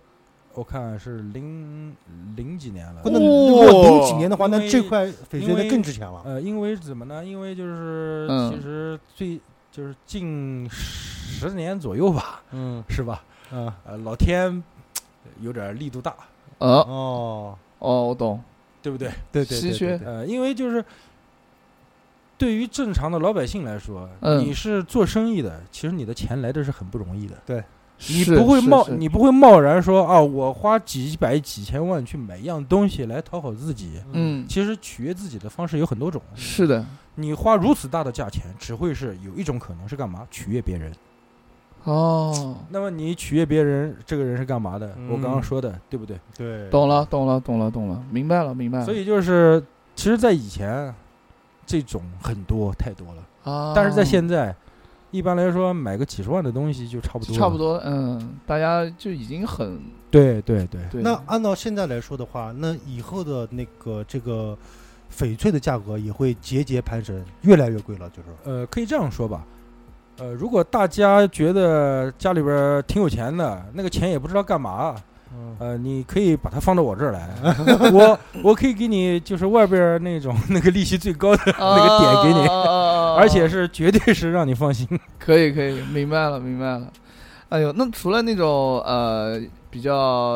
我看是零零几年了不。能哇如果零几年的话，因为那这块翡翠因那为更值钱了。呃，因为怎么呢？因为就是嗯其实最就是近十年左右吧，嗯是吧？啊呃，老天有点力度大，呃，哦，哦，我懂，对不对？对对稀对缺对对，呃，因为就是对于正常的老百姓来说，嗯你是做生意的，其实你的钱来的是很不容易的，你是不会是贸是你不会贸然说啊，我花几百几千万去买一样东西来讨好自己。嗯，其实取悦自己的方式有很多种，是的，你花如此大的价钱，只会是有一种可能是干嘛？取悦别人。哦，那么你取悦别人，这个人是干嘛的？我刚刚嗯说的，对不对？对，懂了，懂了，懂了，懂了，明白了，明白了。所以就是，其实，在以前，这种很多太多了。啊，但是在现在，一般来说买个几十万的东西就差不多，差不。多，嗯，大家就已经很对对对，对那按照现在来说的话，那以后的那个这个翡翠的价格也会节节攀升，越来越贵了，就是。呃，可以这样说吧。呃，如果大家觉得家里边儿挺有钱的，那个钱也不知道干嘛，嗯呃，你可以把它放到我这儿来，我我可以给你就是外边儿那种那个利息最高的 那个点给你，啊你而且是绝对是让你放心。可以可以，明白了明白了。哎呦，那除了那种呃比较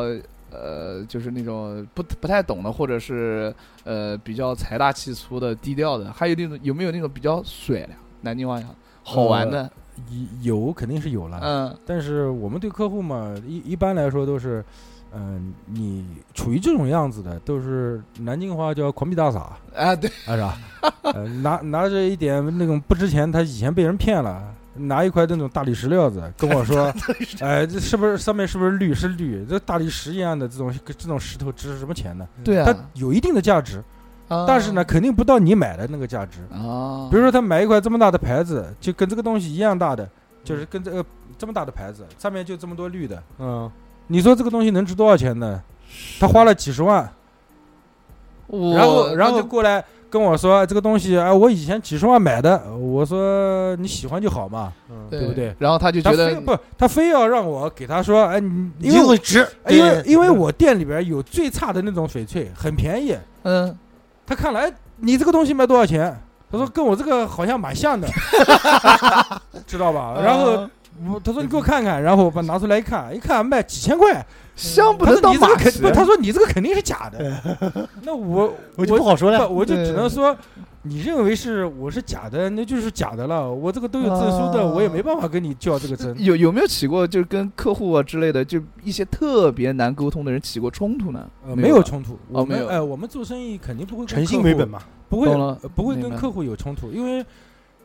呃就是那种不不太懂的，或者是呃比较财大气粗的、低调的，还有那种有没有那种比较水的南京话讲好玩的？有肯定是有了，嗯但是我们对客户嘛，一一般来说都是，嗯、你处于这种样子的，都是南京话叫狂逼大傻，啊，对，啊是吧？呃，拿拿着一点那种不值钱，他以前被人骗了，拿一块那种大理石料子跟我说，哎，这是不是上面是不是绿？是绿，这大理石一样的这种这种石头值什么钱呢？对它啊，有一定的价值，啊但是呢，肯定不到你买的那个价值。啊，比如说他买一块这么大的牌子，就跟这个东西一样大的，就是跟这个这么大的牌子上面就这么多绿的，嗯，你说这个东西能值多少钱呢？他花了几十万，我然后然那后就过来跟我说这个东西，哎，我以前几十万买的，我说你喜欢就好嘛，嗯，对不对？然后他就他觉非得不，他非要让我给他说，哎，你因为因我为值，哎因为对因为我店里边有最差的那种翡翠，很便宜，嗯他看了，哎，你这个东西卖多少钱？他说跟我这个好像蛮 像的，知道啊吧？然呃后我他说你给我看看，然后我把拿出来一看，一看卖几千块，香不他能说当你这马个肯不，骑，他说你这个肯定是假的。那我我就不好 说了。不我就只对能说，你认为是我是假的，那就是假的了。我这个都有证书的，啊我也没办 法跟你较这个真。有有没有起过就是跟客户啊之类的，就一些特别难沟通的人起过冲突呢？呃，没有吧冲突，哦我们没有哎，我们做生意肯定不会跟诚信客为户本嘛，不会懂了呃不会明跟白客户有冲突，因为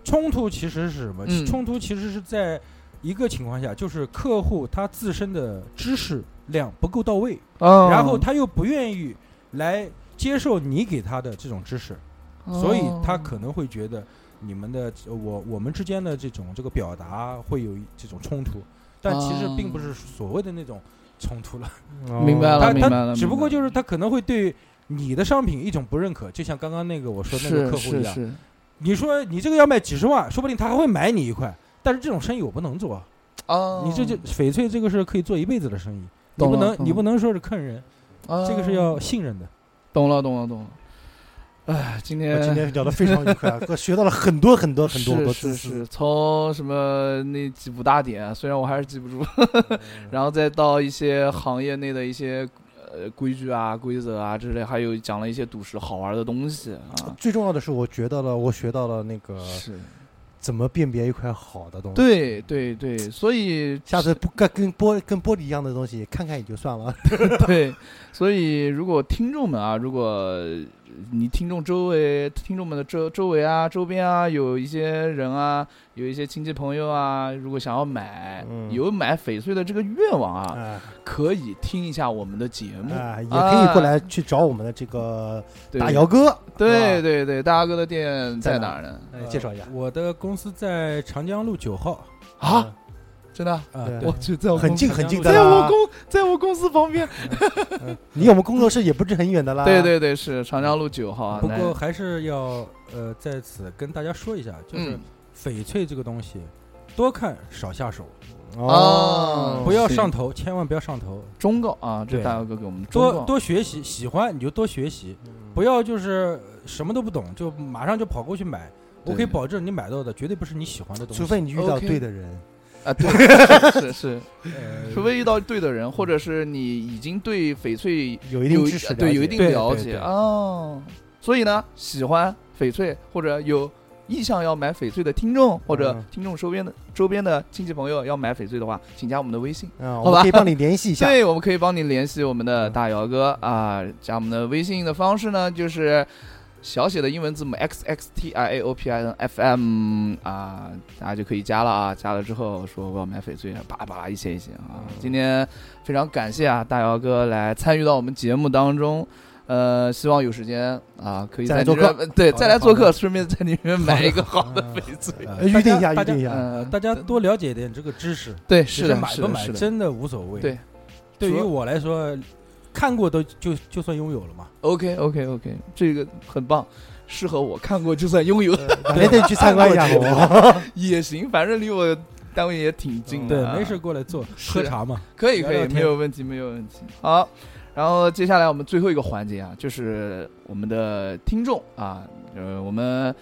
冲突其实是什么？嗯冲突其实是在一个情况下，就是客户他自身的知识量不够到位，哦然后他又不愿意来接受你给他的这种知识，哦所以他可能会觉得你们的呃我我们之间的这种这个表达会有一这种冲突，但其实并不是所谓的那种冲突了。哦 明白了他明白了他只不明过白就是他可能会对你的商品一种不认可，就像刚刚那个我说那个是客户一是样，是，你说你这个要卖几十万，说不定他还会买你一块。但是这种生意我不能做，啊，哦，你这就翡翠这个是可以做一辈子的生意，你懂不了能懂你了不能说是坑人，哦这个是要信任的。懂了懂了懂了。哎，今我天今天聊得非常愉 快，我学到了很多很多很多很多是知是识是，。从什么那几五大点，虽然我还是记不 住，嗯然后再到一些行业内的一些呃规矩啊、规则啊之类，还有讲了一些赌石好玩的东西啊。最重要的是，我觉得了，我学到了那呃个是，怎么辨别一块好的东西。对对对，所以下次不跟跟玻跟玻璃一样的东西看看也就算了。对， 所以如果听众们啊，如果你听众周围、听众们的周周围啊、周边啊，有一些人啊，有一些亲戚朋友啊，如果想要买，嗯有买翡翠的这个愿望啊，啊可以听一下我们的节目。啊，也可以过来去找我们的这个对大姚哥，对是吧，对对，大阿哥的店在在哪哪儿呢？哎介绍一下呃我的公司在长江路九号啊，真的啊，啊，对我就在我很公近司很近的在我啦，公在我公司旁边。离我们工作室也不是很远的啦。对对对，是长江路九号啊。不那过，还是要呃在此跟大家说一下，就是嗯，翡翠这个东西，多看少下手，哦不要是上头，千万不要上头，忠告啊，这对大姚哥给我们忠多告。多学习，喜欢你就多学习，嗯不要就是什么都不懂就马上就跑过去买。我对可以保证，你买到的绝对不是你喜欢的东西。除非你遇到 OK 对的人。啊，对，是是，呃 除非遇到对的人，或者是你已经对翡翠有一定有知识了解，对有一定对了对解对哦。所以呢，喜欢翡翠或者有意向要买翡翠的听众，或者嗯听众周边的周边的亲戚朋友要买翡翠的话，请加我们的微信。嗯，好我吧们可以帮你联系一下。对，我们可以帮你联系我们嗯的大姚哥啊，加我们的微信的方式呢，就是小写的英文字母 x x t i a o p i n f m 啊，大家就可以加了啊。加了之后说我要买翡翠，叭叭一写一写嗯啊。今天非常感谢啊，大姚哥来参与到我们节目当中。呃，希望有时间啊，可以在再来你做客这边对，好的再来做好客，顺便在你这边买一个好的翡翠。呃呃预定一下，大预家定一下。嗯，大家多了解一点这个知识，对，其是实的，买是不的，买是的，真的无所谓。对，对于主要我来说，看过都就就算拥有了嘛。 OK OK OK，这个很棒，适合我看过就算拥有哪天得去参观一下，好不好？ 也行，反正离我单位也挺近的、对，没事，过来坐嗯啊是喝茶嘛。可以聊可以聊，天没有问题没有问题。好，然后接下来我们最后一个环节啊，就是我们的听众啊，呃，我们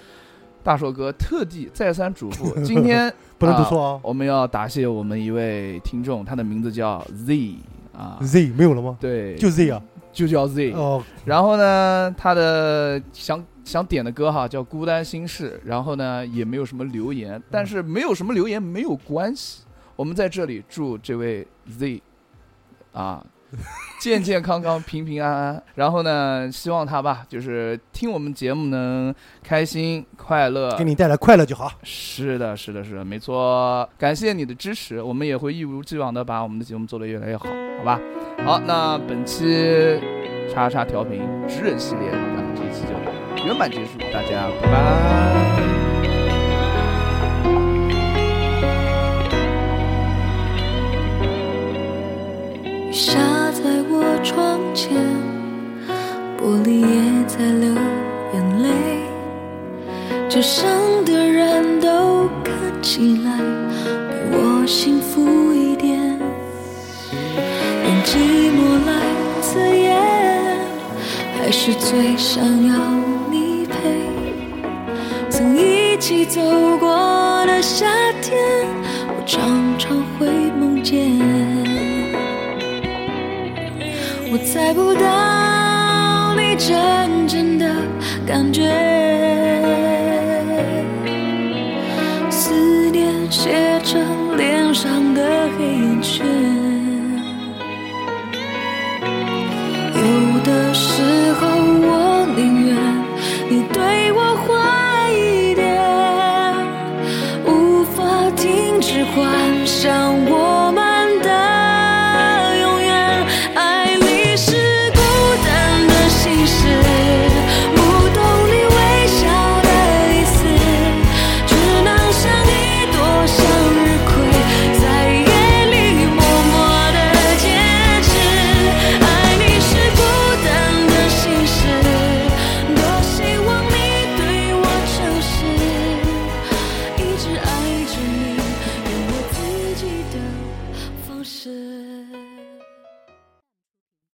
大硕哥特地再三嘱 咐，今天不能读错哦。我们要答谢我们一位听众，他的名字叫 Z 啊， Z 没有了吗？对，就 Z 啊。就叫 Z 哦，然后呢，他的想想点的歌哈叫《孤单心事》，然后呢也没有什么留言，但是没有什么留言没有关系，我们在这里祝这位 Z 啊健健康康、平平安安。然后呢，希望他吧，就是听我们节目能开心快乐给。你带来快乐就好。是的，是的，是的，没错。感谢你的支持，我们也会一如既往的把我们的节目做得越来越好，好吧？好，那本期叉叉调频职人系列，那么这一期就圆满结束，大家拜拜。雨下在我窗前，玻璃也在流眼泪。街上的人都看起来比我幸福一点，用寂寞来自眼，还是最想要你陪。总起走过的夏天，我常常会梦见。我猜不到你真正的感觉，思念写成脸上的黑圈。有的时候，我宁愿你对我坏一点，无法停止幻想我